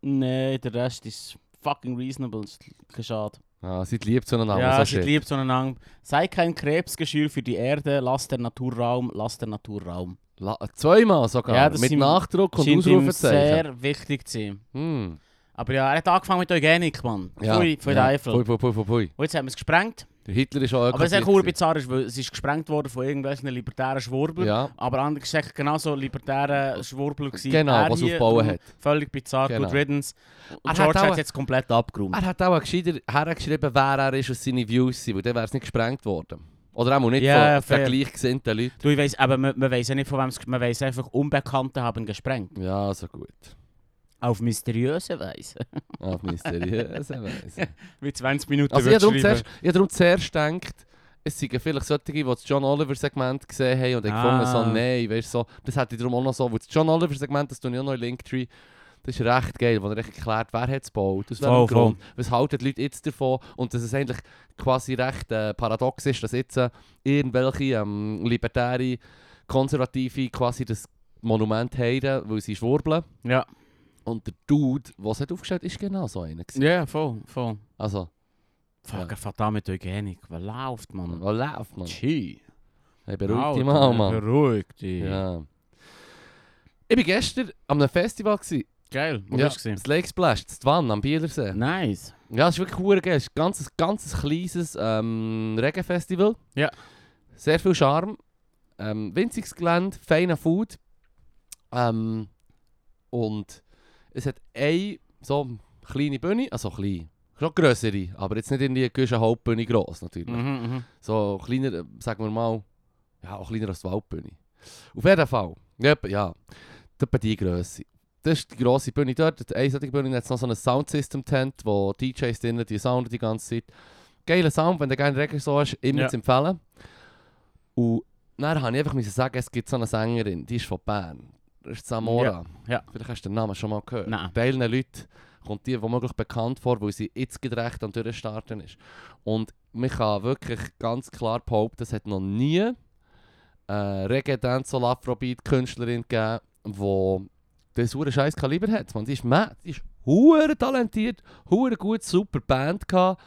S2: Nein, der Rest ist fucking reasonable. Es ist Kein Schade.
S1: Ah, seid lieb zueinander.
S2: ja,
S1: so
S2: seid
S1: shit.
S2: lieb zueinander. Sei kein Krebsgeschirr für die Erde. Lass der Natur Raum. Lass der Natur Raum.
S1: La zweimal sogar.
S2: Ja, das
S1: Mit
S2: sind-
S1: Nachdruck und
S2: Scheint ihm
S1: Ausrufezeichen.
S2: sehr wichtig zu sein.
S1: Hm.
S2: Aber ja, er hat angefangen mit Eugenik, Mann. Ja. Pfui, Pfui ja. Teufel.
S1: Pfui, pui, pui, pui, pui.
S2: Und jetzt haben wir es gesprengt.
S1: Der Hitler ist auch
S2: Aber es ist echt
S1: Ökozid
S2: verdammt bizarr, ist, weil es ist gesprengt worden von irgendwelchen libertären
S1: gewesen.
S2: Schwurbler.
S1: Ja,
S2: Aber anders gesagt genauso libertäre Schwurbler gewesen.
S1: genau,
S2: Er
S1: was
S2: hier,
S1: aufbauen
S2: darum
S1: hat.
S2: Völlig bizarr,
S1: Genau.
S2: good riddance.
S1: Er hat
S2: Und George hat
S1: auch-
S2: es jetzt komplett abgeräumt.
S1: Er hat auch gescheiter hergeschrieben, wer er ist und seine Views sind, weil dann wäre es nicht gesprengt worden. Oder auch nicht
S2: Ja,
S1: von
S2: fair.
S1: den gleichgesinnten Leuten.
S2: Du, ich weiss, aber man, man weiß ja nicht, von wem es Man weiß einfach, Unbekannte haben gesprengt.
S1: Ja, so gut.
S2: Auf mysteriöse
S1: (laughs)
S2: Weise.
S1: Auf (laughs) mysteriöse Weise.
S2: Wie 20 Minuten
S1: Also ich
S2: wird
S1: habe darum
S2: schreiben.
S1: zuerst, ich habe darum zuerst gedacht, es seien vielleicht solche, die das John Oliver-Segment gesehen haben und haben
S2: Ah.
S1: gefunden, so nein, weißt du, so, das hätte ich darum auch noch so, weil das John Oliver-Segment, das tue ich auch noch in Linktree, das ist recht geil, wo er echt erklärt, wer hat es gebaut, aus welchem
S2: Voll, voll.
S1: Grund, was halten die Leute jetzt davon und dass es eigentlich quasi recht äh, paradox ist, dass jetzt äh, irgendwelche ähm, libertäre, konservative quasi das Monument heilen, weil sie schwurbeln
S2: Ja.
S1: und der Dude, der es hat aufgestellt ist genau so einer. gewesen.
S2: ja, voll, voll.
S1: Also,
S2: Fuck,
S1: Ja.
S2: er fährt an mit Eugenik. Was läuft, Mann?
S1: was läuft man?
S2: Tschüss.
S1: Hey,
S2: Nou,
S1: beruhig dich mal, Mann.
S2: Beruhig dich.
S1: Ja. Ich war gestern an einem Festival. Gewesen.
S2: Geil, wo
S1: ja,
S2: bist du? gewesen?
S1: Das Lake Splash, das Wann am Bielersee.
S2: Nice.
S1: Ja, es ist wirklich cool geil. Es ist ein ganz, ganz kleines ähm, Regenfestival.
S2: Ja.
S1: Sehr viel Charme. Ähm, winziges Gelände, feiner Food. Ähm, und es hat eine so kleine Bühne, also klein, schon grössere, aber jetzt nicht irgendwie eine Hauptbühne gross natürlich.
S2: Mhm, mhm.
S1: So kleiner, äh, sagen wir mal, ja, auch kleiner als die Waldbühne. Auf jeden Fall, ja, etwa- ja etwa die Größe. Das ist die grosse Bühne dort. Die eine solche Bühne hat noch so ein Soundsystem-Tent, wo DJs drinnen die Sound die ganze Zeit. Geiler Sound, wenn du gerne Reggae so hast, immer
S2: Ja.
S1: zu empfehlen. Und dann habe ich einfach müssen sagen, es gibt so eine Sängerin, die ist von Bern. Das ist Samora.
S2: Ja, ja.
S1: Vielleicht hast du den Namen schon mal gehört.
S2: Nein.
S1: Bei allen Leuten kommt die womöglich bekannt vor, weil sie jetzt gerade recht am Durchstarten ist. Und man kann wirklich ganz klar behaupten, es hat noch nie äh, Reggae Dance und Afrobeat Künstlerin gegeben, wo das hure scheiß Kaliber hat. Man, die ist mad, die ist hure talentiert, hure gut, super Band gehabt.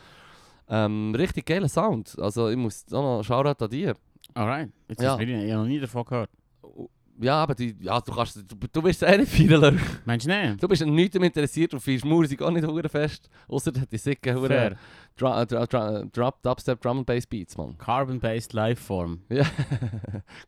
S1: Ähm, richtig geiler Sound. Also ich muss auch noch Shoutout an die.
S2: Alright. Jetzt
S1: Ja.
S2: ist mir, ich habe noch nie davon gehört.
S1: Ja, aber die, ja, du kannst, du, du bist eh nicht Feierler.
S2: Meinst du nicht?
S1: Du bist an nichts mehr interessiert und feierst Musik auch nicht hure fest. Außer die sicken hure
S2: Fair.
S1: Dra- äh, Dra- Dra- Drop, Dubstep, Drum and Bass Beats, Mann.
S2: Carbon-based Lifeform.
S1: Ja,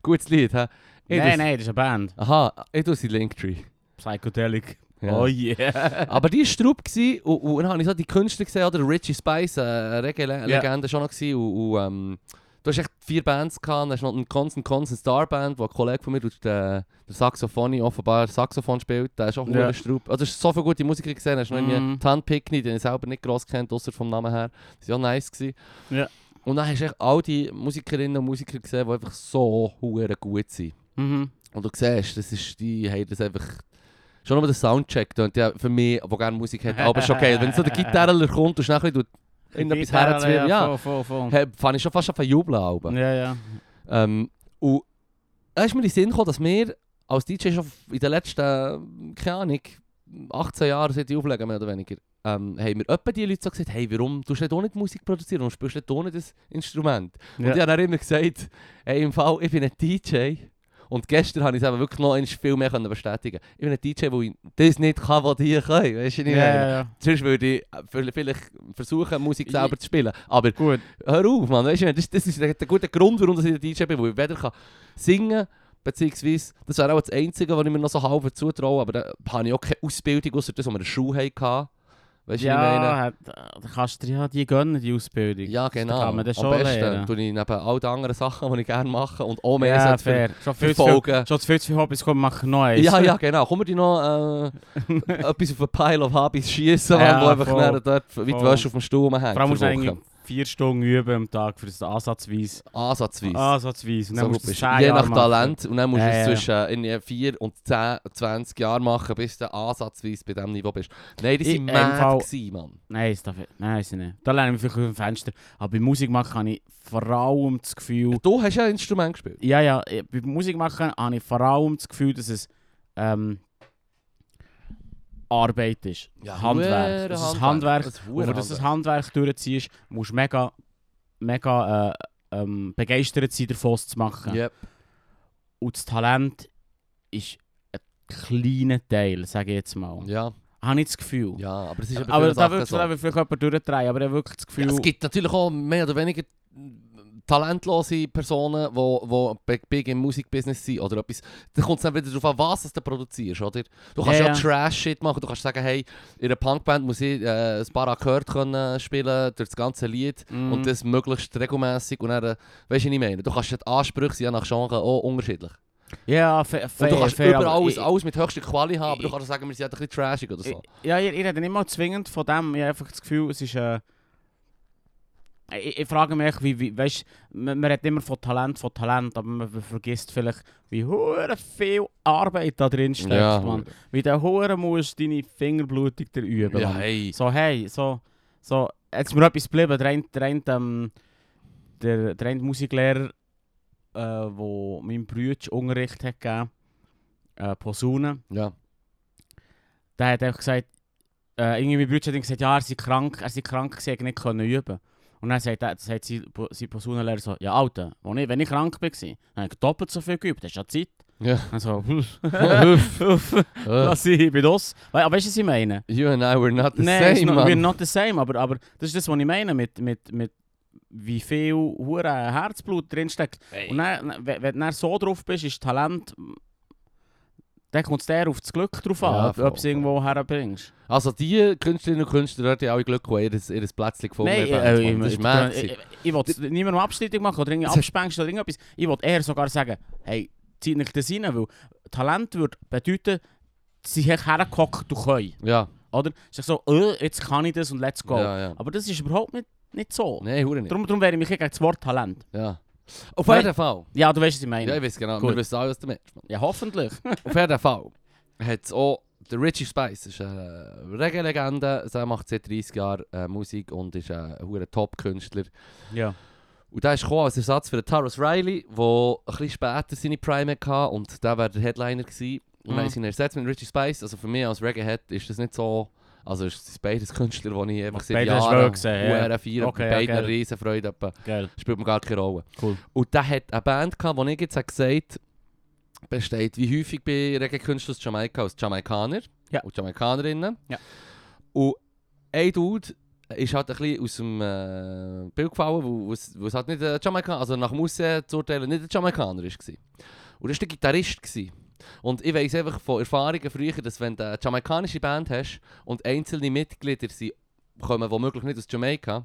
S1: gutes Lied, hä? Ich
S2: Nein,
S1: tu's-
S2: nein, das ist eine Band.
S1: Aha, ich tue sie Linktree.
S2: Psychedelic.
S1: Ja. (laughs)
S2: Oh yeah.
S1: Aber die war Straub gewesen, und, und dann habe ich so die Künstler gesehen, oder Richie Spice, äh, eine Regel- Legende schon noch gewesen, und, und ähm, du hast echt vier Bands gehabt, dann hast du noch eine Constant Constant Star Band, wo ein Kollege von mir tut, äh, der Saxophone offenbar Saxophon spielt, der ist auch
S2: Ja.
S1: yeah. Straub. Also du hast so viele gute Musiker gesehen, hast du noch irgendwie
S2: Mhm.
S1: Tan Pickney, den ich selber nicht gross kennt, außer vom Namen her, das war ja nice gewesen.
S2: Ja.
S1: Und dann hast du echt all die Musikerinnen und Musiker gesehen, die einfach so hure gut sind.
S2: mhm.
S1: Und du siehst, das ist die, hey, das einfach. Schon nur der Soundcheck tönt ja für mich, der gerne Musik hat, aber schon geil. Wenn so der Gitarre kommt und schnell tut irgendetwas
S2: Gitarre,
S1: herzuwirken, ja,
S2: Voll, voll, voll.
S1: hey, fand ich schon fast auf einen Jubel oben.
S2: Ja, ja.
S1: Ähm, und da ist mir in den Sinn gekommen, dass wir als DJ schon in den letzten, äh, keine Ahnung, 18 Jahren seit ich auflegen, mehr oder weniger, ähm, haben wir etwa die Leute so gesagt, hey, warum tust du nicht auch nicht Musik produzieren und spielst nicht auch nicht das Instrument? Und ich
S2: ja.
S1: habe dann immer gesagt, ey, im Fall, ich bin ein DJ. Und gestern habe ich es eben wirklich noch einmal viel mehr können bestätigen Ich bin ein DJ, wo ich das nicht kann, was die können. Weißt du, was ich
S2: ja,
S1: meine?
S2: ja, ja.
S1: Sonst würde ich äh, vill- vielleicht versuchen, Musik
S2: Ja.
S1: selber zu spielen. Aber
S2: Gut.
S1: hör auf, Mann. Weißt du, das, das ist der der gute Grund, warum dass ich ein DJ bin, wo ich weder kann singen beziehungsweise, das wäre auch das Einzige, was ich mir noch so halb zutraue, aber da habe ich auch keine Ausbildung, außer das, was wir in der Schule hatten. Weißt du, was ich meine?
S2: Ja, hat- da kannst du dir ja die gönnen, die Ausbildung.
S1: Ja, genau.
S2: kann man das
S1: Am
S2: schon
S1: besten
S2: lernen.
S1: tue ich neben all den anderen Sachen, die ich gerne mache und auch mehr
S2: ja,
S1: Einsatz für-
S2: fair. Schon viel, zu viel,
S1: verfolgen.
S2: schon zu viel, zu viel Hobbys kommen, machen Neues.
S1: Ja,
S2: (laughs)
S1: ja, genau. Kommen die noch äh, etwas auf einen Pile of Habits schiessen,
S2: Ja,
S1: ja, wo einfach
S2: voll.
S1: dann dort wie die
S2: Voll.
S1: Wäsche auf dem Stuhl hängt?
S2: Vor allem musst du
S1: für
S2: eigentlich
S1: Wochen.
S2: vier Stunden üben am Tag für das ansatzweise.
S1: Ansatzweise.
S2: Ansatzweise. Und Ah, dann
S1: so
S2: musst
S1: gut
S2: du es
S1: bist.
S2: zehn
S1: Je
S2: Jahre
S1: nach
S2: machen.
S1: Talent. Und dann musst du
S2: Ja,
S1: es
S2: ja.
S1: zwischen äh, in 4 und 10, 20 Jahren machen, bis du ansatzweise bei diesem Niveau bist. Nein, die
S2: Ich-
S1: waren
S2: im Fall-
S1: mad, gewesen, Mann.
S2: Nein, das darf ich, nein, das nicht. Da lernen wir vielleicht aus dem Fenster. Aber bei Musik machen habe ich vor allem das Gefühl...
S1: Du hast ja ein Instrument gespielt.
S2: Ja, ja, eh, bei Musik machen habe ich vor allem das Gefühl, dass es ähm, Arbeit ist. Handwerk. Das ist Handwerk.
S1: Das ist
S2: Und wenn du das Handwerk durchziehst, musst du mega, mega äh, ähm, begeistert sein, davon es zu machen.
S1: Yep.
S2: Und das Talent ist ein kleiner Teil, sage ich jetzt mal.
S1: Ja,
S2: Habe ich das Gefühl.
S1: ja, aber es ist eben
S2: aber
S1: viele
S2: da
S1: Sachen
S2: würde
S1: so.
S2: vielleicht jemand durchdrehen, aber ich habe wirklich das Gefühl...
S1: Ja, es gibt natürlich auch mehr oder weniger mm, talentlose Personen, die wo, wo big, big im Musikbusiness sind oder etwas. Da kommt es dann wieder darauf an, was das du produzierst, oder? Du kannst
S2: Ja,
S1: ja,
S2: ja.
S1: Trash-Shit machen, du kannst sagen, hey, in einer Punkband muss ich äh, ein paar Akkorde können spielen durch das ganze Lied
S2: Mm.
S1: und das möglichst regelmäßig und dann, äh, weißt du, was ich meine? Du kannst ja die Ansprüche sind ja nach Genre auch unterschiedlich.
S2: ja, fair, fair,
S1: Und du kannst
S2: fair,
S1: über
S2: aber
S1: alles,
S2: ich-
S1: alles mit höchster Quali haben, aber du
S2: ich-
S1: kannst auch sagen, wir sind halt ein bisschen trashig oder so.
S2: Ja, ich, ich rede nicht mal zwingend von dem. Ich habe einfach das Gefühl, es ist. Äh, ich, ich frage mich, wie. wie weißt, man, man redet immer von Talent, von Talent, aber man vergisst vielleicht, wie hure viel Arbeit da drin steckt.
S1: Ja,
S2: Mann. Wie der Hure musst deine Fingerblutung dir üben.
S1: ja,
S2: Mann.
S1: hey.
S2: So, hey, so. so jetzt ist mir etwas geblieben. Der eine, der eine, ähm, der, der eine Musiklehrer, äh, wo meinem Bruder Unterricht hat gegeben äh, Posaune.
S1: Ja.
S2: Der hat einfach gesagt, äh, irgendwie mein Bruder hat ihm gesagt, ja, er sei krank, er sei krank, er nicht können üben. Und dann sagt, er, sagt sein, Po- sein Posaunenlehrer so, ja Alter, wenn ich, wenn ich krank war, dann habe ich doppelt so viel geübt, hast du ja Zeit.
S1: Ja.
S2: Und so, (laughs) uff,
S1: Uff.
S2: uff,
S1: Äh,
S2: (laughs) lass ich, bin das. Wei- Aber weißt du, was ich meine?
S1: you and I were not the
S2: Nein,
S1: same,
S2: it's not,
S1: man.
S2: we're not the same, aber, aber das ist das, was ich meine mit, mit, mit wie viel hure Herzblut drinsteckt.
S1: Hey.
S2: Und dann, wenn, wenn du dann so drauf bist, ist Talent, mm, dann kommt es dir auf das Glück drauf
S1: Ja,
S2: an, ob
S1: voll,
S2: ob du es irgendwo herbringst.
S1: Also die Künstlerinnen und Künstler, die haben alle Glück gehabt, ihr, ihr Plätzchen gefunden.
S2: Nein,
S1: haben.
S2: äh,
S1: das ist
S2: ich,
S1: mad.
S2: ich, ich,
S1: gewesen.
S2: ich will niemandem Abstreitung machen oder irgendwie
S1: Das-
S2: abspenken oder irgendetwas. Ich will eher sogar sagen, hey, zieh nicht das rein, weil Talent würde bedeuten, sie haben hergehockt und können.
S1: Ja,
S2: Oder? Es ist so, äh, jetzt kann ich das und let's go.
S1: ja, ja.
S2: Aber das ist überhaupt nicht, nicht so.
S1: Nein, hure nicht.
S2: Darum, darum wehre ich mich gegen das Wort Talent.
S1: Ja. Auf
S2: Nein.
S1: jeden Fall.
S2: Ja, du weißt, was ich meine.
S1: Ja, ich weiß genau.
S2: Gut.
S1: Wir wissen alle, was du meinst. Mann.
S2: Ja, hoffentlich.
S1: Auf jeden Fall hat es auch... Der Richie Spice ist eine Reggae-Legende. Er macht seit 30 Jahren äh, Musik und ist äh, ein hure Top-Künstler.
S2: (laughs) ja.
S1: Und der ist gekommen als Ersatz für den Taros Riley, der ein bisschen später seine Prime hatte und der wäre der Headliner gewesen. Und
S2: Mhm.
S1: dann ist er ersetzt mit Richie Spice. Also für mich als Reggae-Head ist das nicht so... Also es sind beides Künstler, die ich einfach seit
S2: Beide hast du
S1: Jahren
S2: wohl gesehen, ja.
S1: huere feiere.
S2: Okay,
S1: bei
S2: ja,
S1: beiden
S2: geil.
S1: riesen Freude. etwa.
S2: Geil.
S1: Spielt mir gar keine Rolle.
S2: Cool.
S1: Und der hat eine Band, gehabt, die ich jetzt habe gesagt besteht wie häufig bei Reggae-Künstlern aus Jamaika, aus Jamaikaner
S2: Ja.
S1: und Jamaikanerinnen.
S2: Ja.
S1: Und ein Dude ist halt ein bisschen aus dem äh, Bild gefallen, weil- weil es- weil es halt nicht ein Jamaikaner, also nach dem Aussehen zu urteilen, nicht ein Jamaikaner war. Und das war der Gitarrist. Gewesen. Und ich weiß einfach von Erfahrungen früher, dass wenn du eine jamaikanische Band hast und einzelne Mitglieder sind, kommen womöglich nicht aus Jamaika,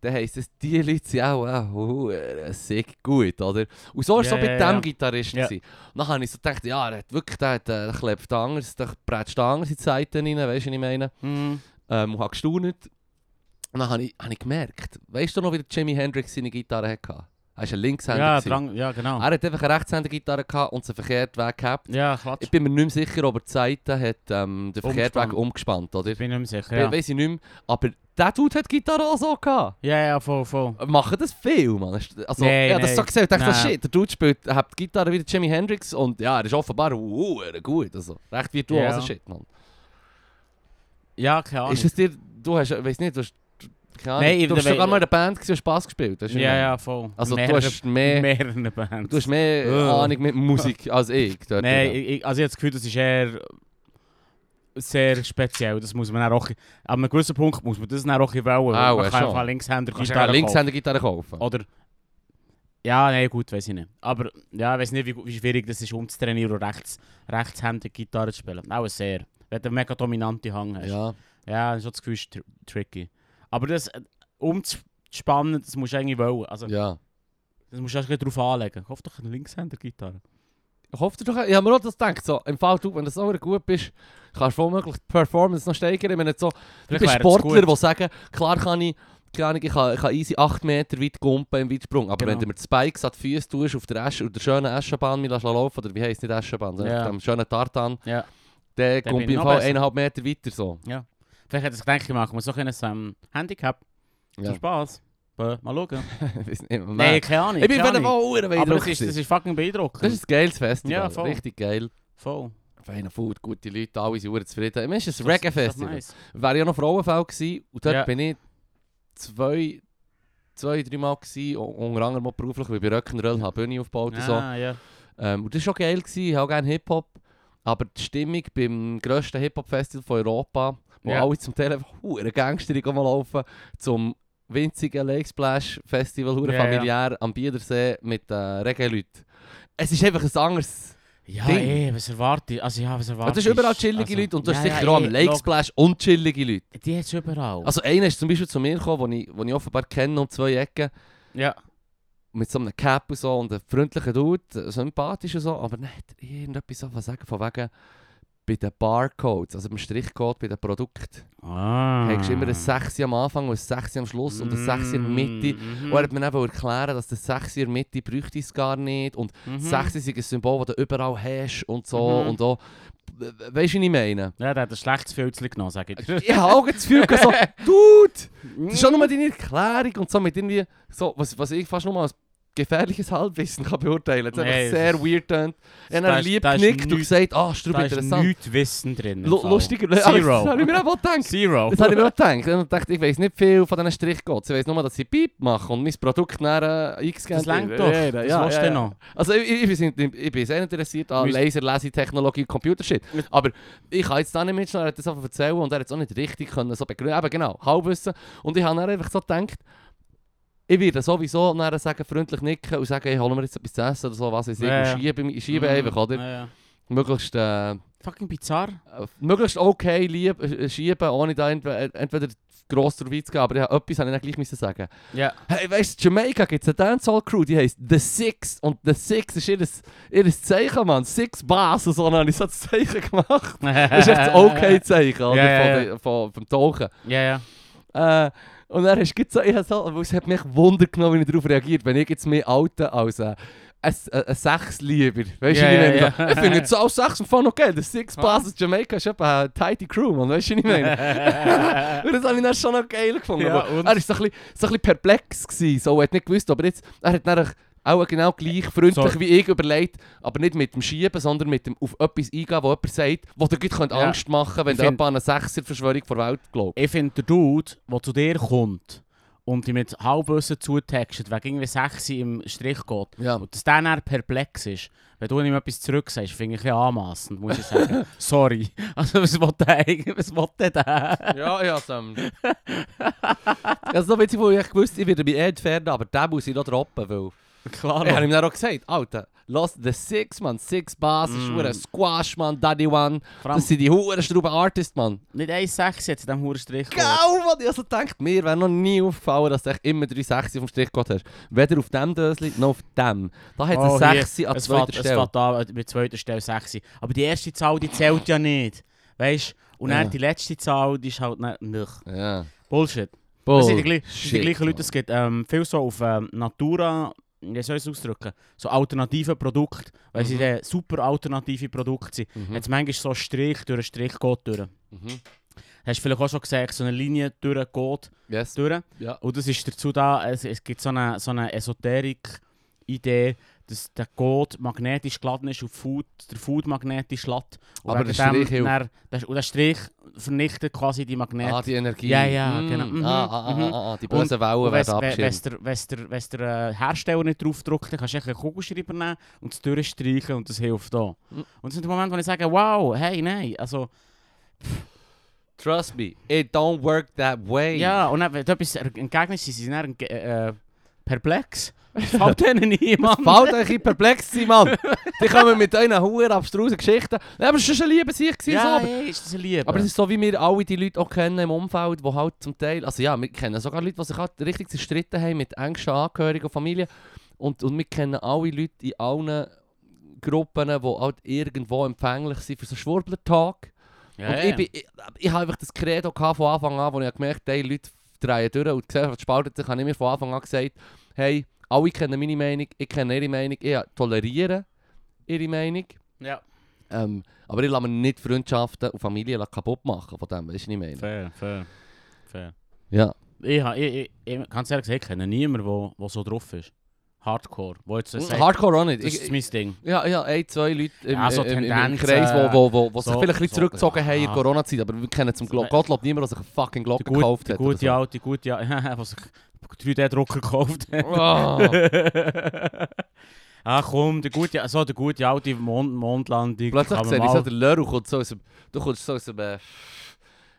S1: dann heisst es, die Leute sind auch äh, huere sick gut, oder? Und so war es
S2: Ja,
S1: so bei
S2: ja,
S1: dem
S2: ja.
S1: Gitarristen.
S2: Ja.
S1: gewesen. Und dann habe ich so gedacht, ja, der hat wirklich, der, hat, äh, der klebt anders, der prätscht anders in die Seiten rein, weißt du, was ich meine?
S2: Mhm.
S1: ähm, und habe gestaunt. Und dann habe ich, habe ich gemerkt, weißt du noch, wie der Jimi Hendrix seine Gitarre hatte? Er war ein Linkshänder.
S2: Ja,
S1: gewesen.
S2: drang, ja, genau.
S1: Er hat einfach eine Rechtshänder-Gitarre gehabt und sie verkehrt Weg gehabt.
S2: Ja, klatsch.
S1: Ich bin mir nicht mehr sicher, ob er die Seite hat, ähm, den verkehrt Weg umgespannt oder?
S2: bin nicht mehr sicher.
S1: Ja.
S2: Ja,
S1: Weiß ich nicht mehr. Aber der Dude hat die Gitarre auch so gehabt.
S2: ja, ja voll, voll.
S1: Machen das viel, Mann. Hast- Also,
S2: Nein,
S1: ich habe das
S2: nein.
S1: so gesehen und dachte,
S2: Nein.
S1: shit, der Dude spielt, hat die Gitarre wie der Jimi Hendrix und ja, er ist offenbar uh, gut. Also, recht virtuoser
S2: Ja.
S1: Shit, Mann.
S2: Ja, keine Ahnung.
S1: Ist es dir, du hast, weiß nicht, du hast, keine Ahnung,
S2: Nein, ich-
S1: du hast
S2: weil-
S1: sogar mal in der Band gewesen und Spass gespielt, weißt du?
S2: ja, ja, voll.
S1: Also
S2: Mehrere-
S1: du hast äh, mehr,
S2: mehrere Bands.
S1: du hast mehr
S2: Ugh.
S1: Ahnung mit (laughs) Musik als ich. Dort
S2: Nein,
S1: ja.
S2: ich, ich, also ich habe das Gefühl, das ist eher sehr speziell. Das muss man dann auch... An einem gewissen Punkt muss man das dann auch wollen. weil
S1: Auch,
S2: man
S1: ja,
S2: kann
S1: schon.
S2: einfach Linkshänder
S1: du kannst ja Linkshänder-Gitarre kaufen. Oh,
S2: kaufen. Oder... Ja, nein, gut, weiß ich nicht. Aber ja, ich weiß nicht, wie, gu- wie schwierig das ist, umzutrainieren und rechts, Rechtshänder Gitarre zu spielen. Auch sehr. Wenn du einen mega dominanten Hang hast.
S1: Ja.
S2: Ja, das ist auch das Gefühl, ist tr tricky. Aber das äh, umzuspannen, das musst du eigentlich wollen. Also,
S1: ja.
S2: das musst du auch ein bisschen drauf anlegen. Kauf doch eine Linkshänder-Gitarre.
S1: Ich hoffe doch, ich habe mir auch das gedacht, so, im Fall du, wenn du so gut bist, kannst du womöglich die Performance noch steigern. Ich meine, so, du
S2: Vielleicht
S1: bist
S2: wäre es
S1: Sportler,
S2: gut.
S1: die sagen, klar kann ich, keine Ahnung, ich kann, ich kann easy 8 Meter weit gumpen im Weitsprung, aber
S2: Genau.
S1: wenn du mir die Spikes an die Füße tust, auf der, Esch, auf der schönen Eschenbahn mich lässt laufen, oder wie heisst es nicht Eschenbahn, sondern
S2: Ja.
S1: auf dem schönen Tartan,
S2: Ja.
S1: Der
S2: Dann
S1: kommt
S2: bin ich
S1: im
S2: noch
S1: Fall
S2: besser.
S1: eineinhalb Meter weiter so. (laughs)
S2: Vielleicht hätte ich gedacht, ich mache mir so ein ähm, Handicap.
S1: Ja.
S2: Zum Spaß. Bö, Mal schauen.
S1: ich weiß nicht, man.
S2: Nein, keine Ahnung.
S1: ich bin
S2: keine
S1: von der
S2: Ahnung.
S1: Mauer
S2: Aber das ist, das ist fucking
S1: das
S2: beeindruckend.
S1: ist ein geiles Festival.
S2: Ja, voll.
S1: Richtig geil.
S2: Voll.
S1: Feiner Food, gute Leute, alle sind verdammt zufrieden. Ich meine, es ist ein
S2: Das- das ist
S1: Reggae-Festival.
S2: nice.
S1: Wäre ja noch Frauenfeld gewesen und dort
S2: Ja.
S1: bin ich zwei, zwei drei Mal gewesen, u- unter anderem auch beruflich, weil ich bei Rock'n'Roll habe Bühne aufgebaut und so.
S2: Ah, ja.
S1: Ähm, und das war schon geil, gewesen. ich habe auch gerne Hip-Hop. Aber die Stimmung beim grössten Hip-Hop-Festival von Europa, wo
S2: Ja.
S1: alle zum Teil einfach hure gangsterig rumlaufen, zum winzigen Lake Splash Festival, hure
S2: Ja, ja.
S1: familiär am Biedersee mit äh, Reggae-Leuten. Es ist einfach ein anderes.
S2: Ja,
S1: Ding.
S2: ey, was erwarte ich? Also ja, was erwarte
S1: Es ist überall
S2: ich?
S1: chillige
S2: Also,
S1: Leute und du hast
S2: ja,
S1: sicher
S2: ja,
S1: auch am
S2: ey,
S1: Lake
S2: schau,
S1: Splash unchillige Leute.
S2: Die hat es überall.
S1: Also einer ist zum Beispiel zu mir gekommen, den ich, wo ich offenbar kenne, um zwei Ecken.
S2: ja.
S1: mit so einem Cap und so und einem freundlichen Dude, äh, sympathisch und so, aber nicht irgendetwas so was sagen, von wegen bei den Barcodes, also beim Strichcode bei den Produkten,
S2: Ah.
S1: hast du immer ein 6 am Anfang und ein 6 am Schluss und ein 6 in der Mitte.
S2: Mhm.
S1: Und er hat mir eben erklären, dass der 6 in der Mitte bräuchte es gar nicht und
S2: Mhm.
S1: 6 ist ein Symbol, das du überall hast und so
S2: Mhm.
S1: und auch. Weißt du, was ich meine?
S2: Ja, der hat ein schlechtes Filzchen genommen, sag ich.
S1: Ich habe auch das Gefühl, gehabt, so,
S2: (laughs)
S1: Dude! Das
S2: Mhm.
S1: ist auch nur deine Erklärung und so mit irgendwie, so, was, was ich fast nur mal als gefährliches Halbwissen kann beurteilen kann.
S2: Nee,
S1: einfach
S2: das
S1: sehr
S2: ist-
S1: weird tönt. Und
S2: da
S1: er
S2: ist-
S1: lieb
S2: da ist
S1: genickt und
S2: nichts-
S1: gesagt, ah, ist
S2: (laughs) Da ist
S1: interessant.
S2: nichts Wissen drin. im
S1: Lu-
S2: Fall.
S1: Lustiger, aber (laughs) das habe ich mir
S2: Zero.
S1: auch gedacht.
S2: (laughs) Zero.
S1: Das habe ich mir auch gedacht. Und ich dachte, ich weiß nicht viel von diesen Strichcodes. Ich weiß nur, dass sie Beep machen und mein Produkt nachher äh, eingescannt
S2: Das längt
S1: wird.
S2: doch.
S1: Ja,
S2: Das
S1: ja,
S2: willst
S1: ja,
S2: du denn
S1: ja.
S2: noch.
S1: Also ich, ich, ich, bin, ich bin sehr interessiert an
S2: Müs-
S1: Laserlesetechnologie und Computershit.
S2: Mit-
S1: Aber ich kann jetzt da nicht mitschneiden, er hat das einfach erzählen und er hat es auch nicht richtig können, so begründen. Eben genau, halbwissen. Und ich habe dann einfach so gedacht, ich werde sowieso nachher sagen, freundlich nicken und sagen, hey, holen wir jetzt etwas zu essen oder so, was weiß ich.
S2: Ja,
S1: Und
S2: ja.
S1: schiebe, mich- schiebe
S2: Mhm.
S1: einfach, oder?
S2: Ja, ja.
S1: Möglichst, äh, äh,
S2: Fucking bizarr.
S1: möglichst okay lieb, äh, schieben, ohne da entweder, entweder gross drauf einzugehen. Aber ja, etwas habe ich dann gleich müssen sagen. (laughs)
S2: Ja.
S1: Hey, weißt du, Jamaica gibt es eine Dancehall-Crew, die heisst The Six. Und The Six ist ihr, ihr Zeichen, Mann. Six Bass und so. Und dann habe ich so das Zeichen gemacht. Das ist
S2: (laughs)
S1: echt das OK-Zeichen, oder?
S2: Ja, ja,
S1: Von der- Von, vom Tauchen.
S2: Ja, ja.
S1: Äh, und dann hast du gerade so, ich hab so, weil es hat mich Wunder genommen, wie ich darauf reagiert, wenn ich jetzt mehr Alte als äh, ein, ein, ein Sechslieber. Weißt du,
S2: Ja,
S1: wie ich meine?
S2: ja, ja.
S1: So, Ich finde jetzt alle Sechs und fand okay. The Six
S2: Ah.
S1: Bass aus Jamaica ist etwa eine tidy Crew, Mann. Weißt du, wie ich meine?
S2: (laughs)
S1: Und das habe ich dann schon noch geil gefunden.
S2: Ja,
S1: aber er
S2: und?
S1: war so ein bisschen, so ein bisschen perplex. Gewesen, so. Er hat nicht gewusst, aber jetzt, er hat dann auch genau
S2: Äh,
S1: gleich freundlich
S2: Sorry.
S1: wie ich überlegt, aber nicht mit dem Schieben, sondern mit dem auf etwas eingehen, wo jemand sagt, wo dir gut
S2: Ja.
S1: Angst machen könnte, wenn
S2: Ich
S1: du
S2: find-
S1: jemand an eine Sechser-Verschwörung vor der Welt glaubt.
S2: Ich finde, der Dude, der zu dir kommt und dich mit Halbwissen zutextet, wegen irgendwie 6 im Strich geht,
S1: Ja.
S2: und dass der dann perplex ist, wenn du ihm etwas zurück sagst, finde ich ein bisschen anmassend, muss ich (laughs) sagen. Sorry. Also, was will der eigentlich? Was will der da?
S1: Ja, ja, Sam. (laughs) eh also, da witzig, wo ich gewusst ich werde bei Ed fern, aber den muss ich noch droppen, weil Ich
S2: Klar,
S1: habe
S2: Mann.
S1: ihm dann auch gesagt, Alter, lass The Six, man. Six Bass ist
S2: Mm.
S1: mm. Squash, man. Daddy One.
S2: Vor allem
S1: Das sind die hohen Strauben Artist, man.
S2: nicht 1,6 jetzt in diesem Hurenstrich.
S1: Genau, Mann. Ich also gedacht, mir wäre noch nie aufgefallen, dass du echt immer drei Sechse auf dem Strich gehabt hast. Weder auf dem Dösli noch auf dem. Da hat
S2: Oh,
S1: es
S2: hier.
S1: eine Sechse an
S2: es
S1: zweiter
S2: fährt, es
S1: Stelle.
S2: fährt an äh, mit zweiter Stelle 6. Aber die erste Zahl, die zählt ja nicht. Weißt du? Und
S1: Ja.
S2: dann die letzte Zahl, die ist halt dann nicht.
S1: Ja.
S2: Bullshit.
S1: Bull.
S2: Das sind die, gleich- das sind die
S1: Shit,
S2: gleichen Leute, es gibt ähm, viel so auf ähm, Natura, wie soll ich es ausdrücken, so alternative Produkte, weil sie
S1: Mhm.
S2: dann super alternative Produkte sind.
S1: Mhm.
S2: Jetzt manchmal so ein Strich durch einen Strich geht durch.
S1: Mhm.
S2: Hast du vielleicht auch schon gesehen, so eine Linie durch geht
S1: Yes.
S2: durch.
S1: Ja.
S2: Und das ist dazu da, es, es gibt so eine, so eine Esoterik-Idee, dass der Code magnetisch glatt ist und Food, der Food magnetisch glatt. Und
S1: Aber
S2: wegen
S1: der Strich
S2: dem, dann, der, und der Strich vernichtet quasi die Magnete.
S1: Ah, die Energie.
S2: Ja, ja,
S1: Mm.
S2: genau. Mhm,
S1: Ah, ah, ah,
S2: mhm.
S1: ah, ah, die bösen Wellen werden abgeschirmt.
S2: Wenn der äh, Hersteller nicht draufdruckt, dann kannst du echt einen Kugelschreiber nehmen und es durchstreichen und das hilft auch.
S1: Mhm.
S2: Und das sind die Momente, wo ich sage, wow, hey, nein, also...
S1: Trust me, it don't work that way.
S2: Ja, und dann, wenn du etwas entgegnest, sind sie dann äh, äh, perplex. (laughs) Fällt denen niemand.
S1: Fällt euch in perplex sein, Mann. Die kommen mit euren huren abstrusen Geschichten. Ja, aber es war schon ein lieber Sieg. gewesen, so.
S2: Ja,
S1: aber-
S2: ey, ist das ein Liebe.
S1: Aber es ist so, wie wir alle die Leute auch kennen im Umfeld, die halt zum Teil... Also ja, wir kennen sogar Leute, die sich halt richtig zerstritten haben mit englischen Angehörigen und Familie. Und, und wir kennen alle Leute in allen Gruppen, die halt irgendwo empfänglich sind für so Schwurbler-Tag.
S2: ja,
S1: und
S2: ja.
S1: ich, bin, ich, ich habe einfach das Credo gehabt von Anfang an, wo ich gemerkt habe, die Leute drehen durch und die Gesellschaft spaltet sich, habe ich mir von Anfang an gesagt, hey, alle kennen meine Meinung, ich kenne ihre Meinung, ich toleriere ihre Meinung,
S2: Ja,
S1: ähm, aber ich lasse mir nicht Freundschaften und Familien kaputt machen von dem, weißt du, was ich meine?
S2: fair, fair. fair.
S1: Ja.
S2: Ich, ha- ich, ich, ich, ganz ehrlich gesagt, ich kenne niemanden, der der so drauf ist. Hardcore. Wo jetzt sagt,
S1: Hardcore auch nicht.
S2: das ist
S1: Ich,
S2: mein Ding.
S1: ja, ja, ein, zwei Leute im,
S2: Ja, so
S1: im, im, im
S2: Tendenzen,
S1: Kreis, die wo, wo, wo
S2: so-
S1: sich vielleicht ein bisschen
S2: so-
S1: zurückgezogen haben in der
S2: ja.
S1: Corona-Zeit, aber wir kennen zum Glo
S2: Das-
S1: Gottlob niemand, der sich eine fucking Glocke
S2: Die gute,
S1: gekauft
S2: die
S1: hat.
S2: gute
S1: oder
S2: alte, die gute (laughs) alte, was ich 3D-Drucker (laughs) gekauft
S1: so. Ah.
S2: habe. Ach komm, der gute, so der gute alte Mond, Mondlandung.
S1: Plötzlich
S2: kann man
S1: sehe ich
S2: mal-
S1: so, der Lörl kommt so aus dem, du kommst so aus dem, äh,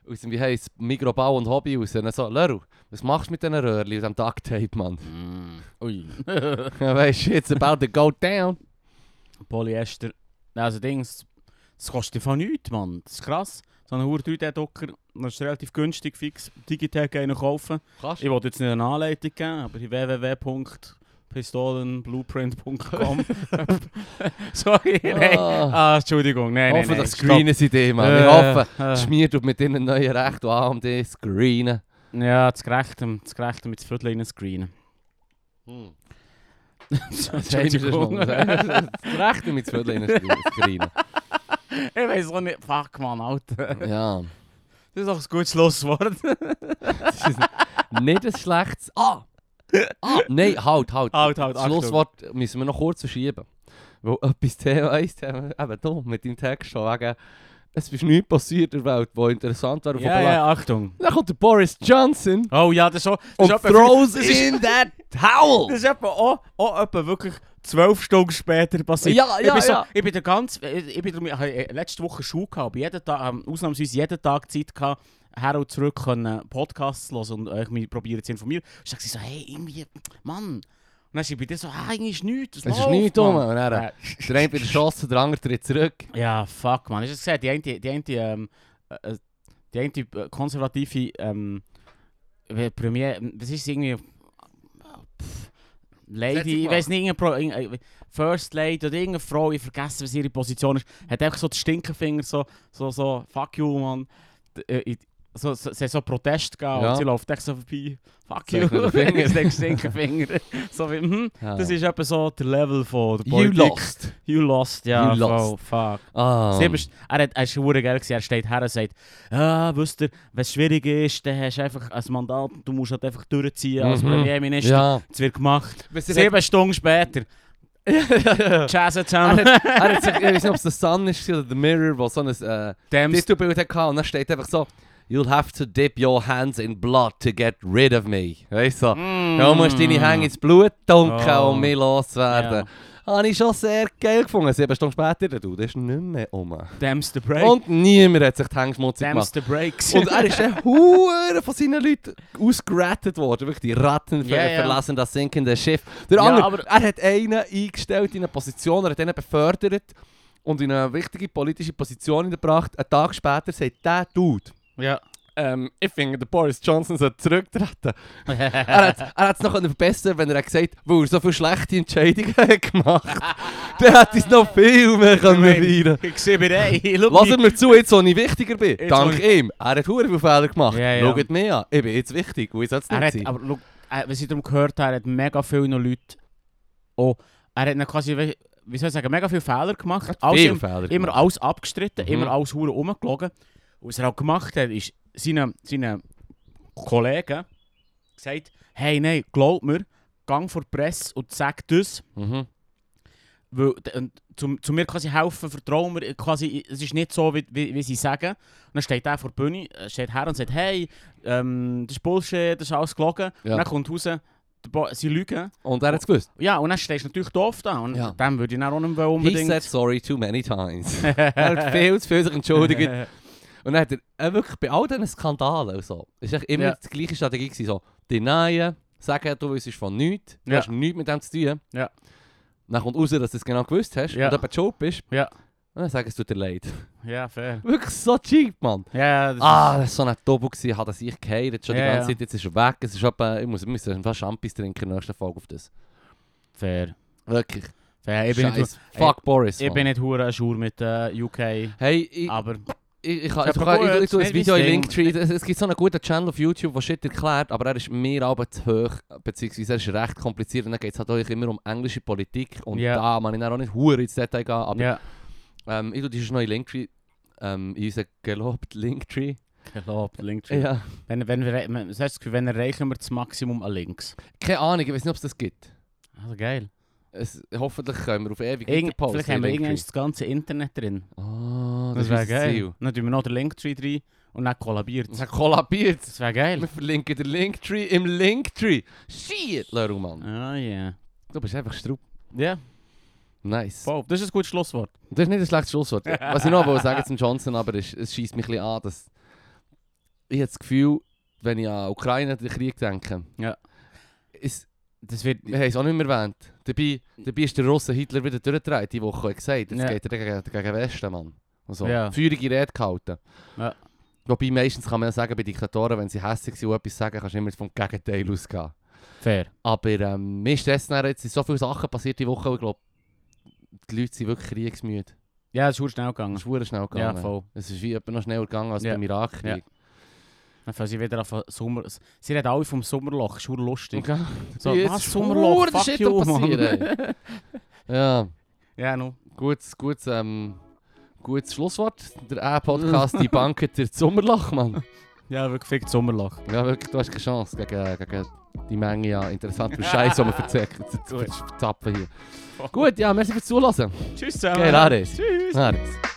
S1: aus dem wie heisst Mikrobau und Hobby raus. Und dann so, Lörl, was machst du mit diesen Röhrchen und diesem Ducktape, Mann?
S2: Mm, Ui.
S1: Ja, weißt du, it's about to go down.
S2: Polyester. Also Dings, das kostet von nichts, Mann. Das ist krass. So ein Hur 3D-Drucker, das ist relativ günstig, fix. Digitec einen kaufen.
S1: Kannst
S2: Ich wollte jetzt nicht eine Anleitung geben, aber
S1: (laughs)
S2: in www.pistolenblueprint.com (laughs) Sorry, nein.
S1: Ah.
S2: Ah, Entschuldigung, nein,
S1: hoffe,
S2: nein, nein.
S1: dass Screenen sind die, Mann.
S2: Äh,
S1: Ich hoffe,
S2: äh.
S1: Schmier tut mit deinen neuen Rechten und AMD screenen.
S2: Stopp. Ja, das Gerechtem, das Gerechtem mit
S1: (laughs)
S2: Viertel Screen.
S1: Hm.
S2: (laughs)
S1: dus
S2: Entschuldigung.
S1: Recht mit Zwölfleinen screenen.
S2: ich weiß auch nicht, fuck man, (laughs) Alter.
S1: Ja.
S2: Das ist doch ein gutes Schlusswort. (laughs)
S1: Das ist nicht ein schlechtes. Ah! ah. Nein, halt, halt.
S2: Halt, halt,
S1: Das
S2: Achtung.
S1: Schlusswort müssen wir noch kurz verschieben. Weil (laughs) etwas Thema 1 Thema, eben du mit deinem Text schon wegen, es ist nichts passiert in der Welt, wo interessant wäre. und
S2: Ja,
S1: popular-
S2: ja, Achtung.
S1: Dann kommt der Boris Johnson
S2: Oh ja, das ist auch... Das
S1: und
S2: ist etwa-
S1: throws
S2: das ist-
S1: in that
S2: Das
S1: towel!
S2: (laughs) ist etwa auch, auch etwa wirklich zwölf Stunden später passiert.
S1: Ja,
S2: ich
S1: ja,
S2: bin so,
S1: ja.
S2: Ich bin der ganz, ich bin der, ich habe letzte Woche Schuhe gehabt, aber jeden Tag, ähm, ausnahmsweise jeden Tag Zeit gehabt, her und zurück können äh, Podcasts zu hören und euch mich probieren zu informieren. Und ich so, hey, irgendwie, Mann. Und dann ist ich bei dir so, ah, irgendwie ist nichts.
S1: Es ist
S2: Oh,
S1: nichts dumm. Und dann,
S2: Ja.
S1: Der eine wird geschossen, der andere tritt zurück.
S2: Ja, fuck, man. Dus Ich hab's gesagt, die eine, die eine, ähm, äh, äh, die eine äh, konservative ähm, äh, Premier, das ist irgendwie. äh, pff,
S1: Setz dich
S2: Lady, ich
S1: mal.
S2: weiß nicht, irgendeine Pro, irgendeine äh, First Lady oder irgendeine Frau, ich vergesse, was ihre Position ist, hat einfach so den Stinkefinger, so, so, so, fuck you, man. D- äh, in- So, so, sie hat so Protest gegeben
S1: Ja.
S2: und sie läuft echt so vorbei, fuck
S1: Zeig
S2: you,
S1: mir
S2: (laughs)
S1: den Finger.
S2: ist der Stinkefinger. so wie, mhm,
S1: Ja.
S2: das ist etwa so der Level von der
S1: Ah. You
S2: Politik.
S1: lost.
S2: You lost, ja,
S1: You
S2: voll, fuck.
S1: Ah.
S2: Sieben St- er, hat, er ist verdammt geil, gewesen. er steht her und sagt, ah, wisst ihr, wenn es schwierig ist, dann hast du einfach ein Mandat, und du musst halt einfach durchziehen als
S1: Mhm.
S2: Premierminister.
S1: Ja.
S2: Es wird gemacht.
S1: Weißt du, er
S2: Sieben Stunden (laughs) später,
S1: hat-
S2: Jazz
S1: Er
S2: zusammen,
S1: hat- er hat sich, ich weiß nicht, ob es der Sun ist oder The Mirror, wo so ein äh,
S2: Dems,
S1: Titelbild hatte und dann steht einfach so You'll have to dip your hands in blood to get rid of me. Weißt du? so.
S2: Mm.
S1: Du musst deine Hände ins Blut tunken,
S2: Oh.
S1: um mich loszuwerden. Habe ich schon sehr geil gefunden. Sieben Stunden später, du, das ist nicht mehr um.
S2: Damns the break.
S1: Und niemand hat sich die Hände schmutzig
S2: Damns
S1: gemacht.
S2: the breaks.
S1: Und er ist dann Huren von seinen Leuten ausgerattet worden. Wirklich, die Ratten ver
S2: Ja, ja.
S1: verlassen das sinkende Schiff. Der
S2: Ja,
S1: andere,
S2: aber-
S1: er hat einen eingestellt in eine Position, er hat einen befördert und in eine wichtige politische Position gebracht. Einen Tag später sagt der Dude,
S2: (laughs) ja.
S1: ähm, ich finde, der Boris Johnson soll
S2: (laughs)
S1: zurücktreten. Er hat er hat's noch können verbessern wenn er hat gesagt hat, weil er so viele schlechte Entscheidungen (laughs) hat gemacht Dann hätte ich es noch viel
S2: (laughs)
S1: mehr können feiern
S2: Ich sehe bei
S1: (laughs)
S2: dir, schau
S1: Lasst mir zu, jetzt wo ich wichtiger bin.
S2: Jetzt,
S1: Dank
S2: wo
S1: ihm. Er hat hure viele Fehler gemacht.
S2: Ja, ja.
S1: Schaut mich an. Ich bin jetzt wichtig. Wo ist jetzt
S2: Er
S1: nicht
S2: hat,
S1: sein?
S2: aber schau, äh, was ich darum gehört habe, er hat mega viele noch Leute. Oh, er hat dann quasi, we- wie soll ich sagen, mega viele Fehler gemacht. Alles
S1: Viele
S2: im-
S1: Fehler
S2: immer
S1: gemacht.
S2: alles abgestritten,
S1: Mhm.
S2: immer alles hure rumgelogen. Und was er auch gemacht hat, ist seinen, seinen Kollegen gesagt, hey, nein, glaub mir, gang vor die Presse und sag das,
S1: Mhm.
S2: weil, und, zu, zu mir quasi helfen, vertrauen mir, quasi, es ist nicht so, wie, wie, wie sie sagen. Und dann steht er vor der Bühne, äh, steht her und sagt, hey, ähm, das ist Bullshit, das ist alles gelogen.
S1: Ja.
S2: Und dann kommt raus, der Bo- sie lügen.
S1: Und er hat es gewusst.
S2: Ja, und dann stehst du natürlich doof da. Und
S1: Ja.
S2: dem würde ich dann auch nicht mehr
S1: He
S2: unbedingt...
S1: said sorry too many
S2: (laughs)
S1: times. er hat viel zu viel sich entschuldigt. Und dann hat er äh, wirklich bei all diesen Skandalen und so, ist echt immer
S2: Ja.
S1: die gleiche Strategie gewesen, so, denyen, sagen, du wüsstest von nichts, du
S2: Ja.
S1: hast nichts mit dem zu tun.
S2: Ja.
S1: Dann kommt raus, dass du es genau gewusst hast
S2: Ja.
S1: und eben schuld bist.
S2: Ja.
S1: Und dann sagen, es tut dir leid.
S2: (laughs)
S1: (laughs)
S2: Ja, fair.
S1: Wirklich so cheap, Mann.
S2: Ja, das
S1: Ah, das war so ein Tobo, gewesen, hat das ich geheilt, schon
S2: Ja,
S1: die
S2: ja.
S1: ganze Zeit, jetzt ist er weg, es ist etwa, ich muss, wir müssen fast Champis trinken in der nächsten Folge auf das.
S2: ist fair.
S1: Wirklich.
S2: fair. Ich bin nicht,
S1: Scheiss. Fuck Boris,
S2: ich
S1: Mann.
S2: bin nicht hure schur mit äh, UK,
S1: Hey, ich...
S2: aber
S1: Ich, ich,
S2: Ist
S1: kann, ich,
S2: aber
S1: kann, ich,
S2: gut,
S1: ich tue ein
S2: nicht
S1: Video in
S2: mein Ding.
S1: Linktree. Es, es gibt so einen guten Channel auf YouTube, der Shit erklärt, aber er ist mir aber zu hoch, beziehungsweise er ist recht kompliziert. Und dann geht es halt auch immer um englische Politik und
S2: Ja.
S1: da man ich dann auch nicht hure ins Detail gehen. Aber
S2: ja,
S1: ähm, ich tue dieses neue Linktree ähm, in unseren gelobten Linktree.
S2: gelobt, links.
S1: Ja.
S2: Wenn, wenn wir, re- man- das heißt, wenn erreichen wir das Maximum an links.
S1: Keine Ahnung, ich weiß nicht, ob es das gibt.
S2: Also Ah, geil.
S1: Es, hoffentlich können wir auf ewig
S2: Irgend,
S1: weiterposten,
S2: vielleicht haben wir
S1: Linktree.
S2: irgendwann das ganze Internet drin.
S1: Ah, das,
S2: Das,
S1: ist
S2: wäre
S1: unser
S2: geil.
S1: Ziel.
S2: Dann tun wir noch den Linktree rein und dann kollabiert
S1: Es hat kollabiert.
S2: Das wäre geil.
S1: Wir verlinken den Linktree im Linktree. Shit, Leru, Mann.
S2: Ah ja.
S1: Du bist einfach Strupp.
S2: Ja, Dus
S1: Nice.
S2: Bob, das ist ein gutes Schlusswort.
S1: Das ist nicht ein schlechtes Schlusswort. Was ich noch wollte sagen zum Johnson, aber es, es schießt mich ein bisschen an, dass ich habe das Gefühl, wenn ich an Ukraine den Krieg denke,
S2: Ja.
S1: ist,
S2: Das wird...
S1: wir haben es auch nicht mehr erwähnt. Dabei, dabei ist der Russe Hitler wieder durchgedreht, die Woche hat gesagt, jetzt
S2: Ja.
S1: geht er gegen, gegen Westen, Mann. Und so.
S2: Ja.
S1: Feurige Rede gehalten.
S2: Ja.
S1: Wobei meistens kann man ja sagen, bei Diktatoren, wenn sie hässlich sind und etwas sagen, kannst du immer vom Gegenteil ausgehen.
S2: Fair.
S1: Aber ähm, mir ist das dann, jetzt sind so viele Sachen passiert die Woche, und ich glaube, die Leute sind wirklich kriegsmüde.
S2: Ja, es ist verdammt schnell
S1: Es
S2: gegangen.
S1: ist verdammt schnell
S2: Ja,
S1: gegangen.
S2: voll.
S1: Es ist wie etwa noch schneller gegangen als
S2: Ja.
S1: beim Irakkrieg.
S2: Dann fangen sie wieder an Sommer... Sie reden alle vom Sommerloch, ist verdammt (laughs) lustig.
S1: Okay.
S2: So,
S1: Jetzt
S2: was
S1: ist
S2: Sommerloch,
S1: verdammt
S2: fuck
S1: Shit
S2: you,
S1: am Passieren,
S2: (laughs) Mann.
S1: ja,
S2: ja, nou. no.
S1: gutes, gutes, ähm, gutes Schlusswort. Der A-Podcast,
S2: (laughs)
S1: die Banken, der Sommerloch, Mann.
S2: Ja, wirklich fickt Sommerloch.
S1: Ja, wirklich, du hast keine Chance gegen, gegen eh, die Menge an
S2: (laughs)
S1: interessantem Scheiß, die wir verzecken. Jetzt- jetzt- jetzt Tappen hier. Gut, ja, merci fürs Zuhören.
S2: Tschüss zusammen.
S1: Geil, Ares.
S2: Tschüss.
S1: Adios.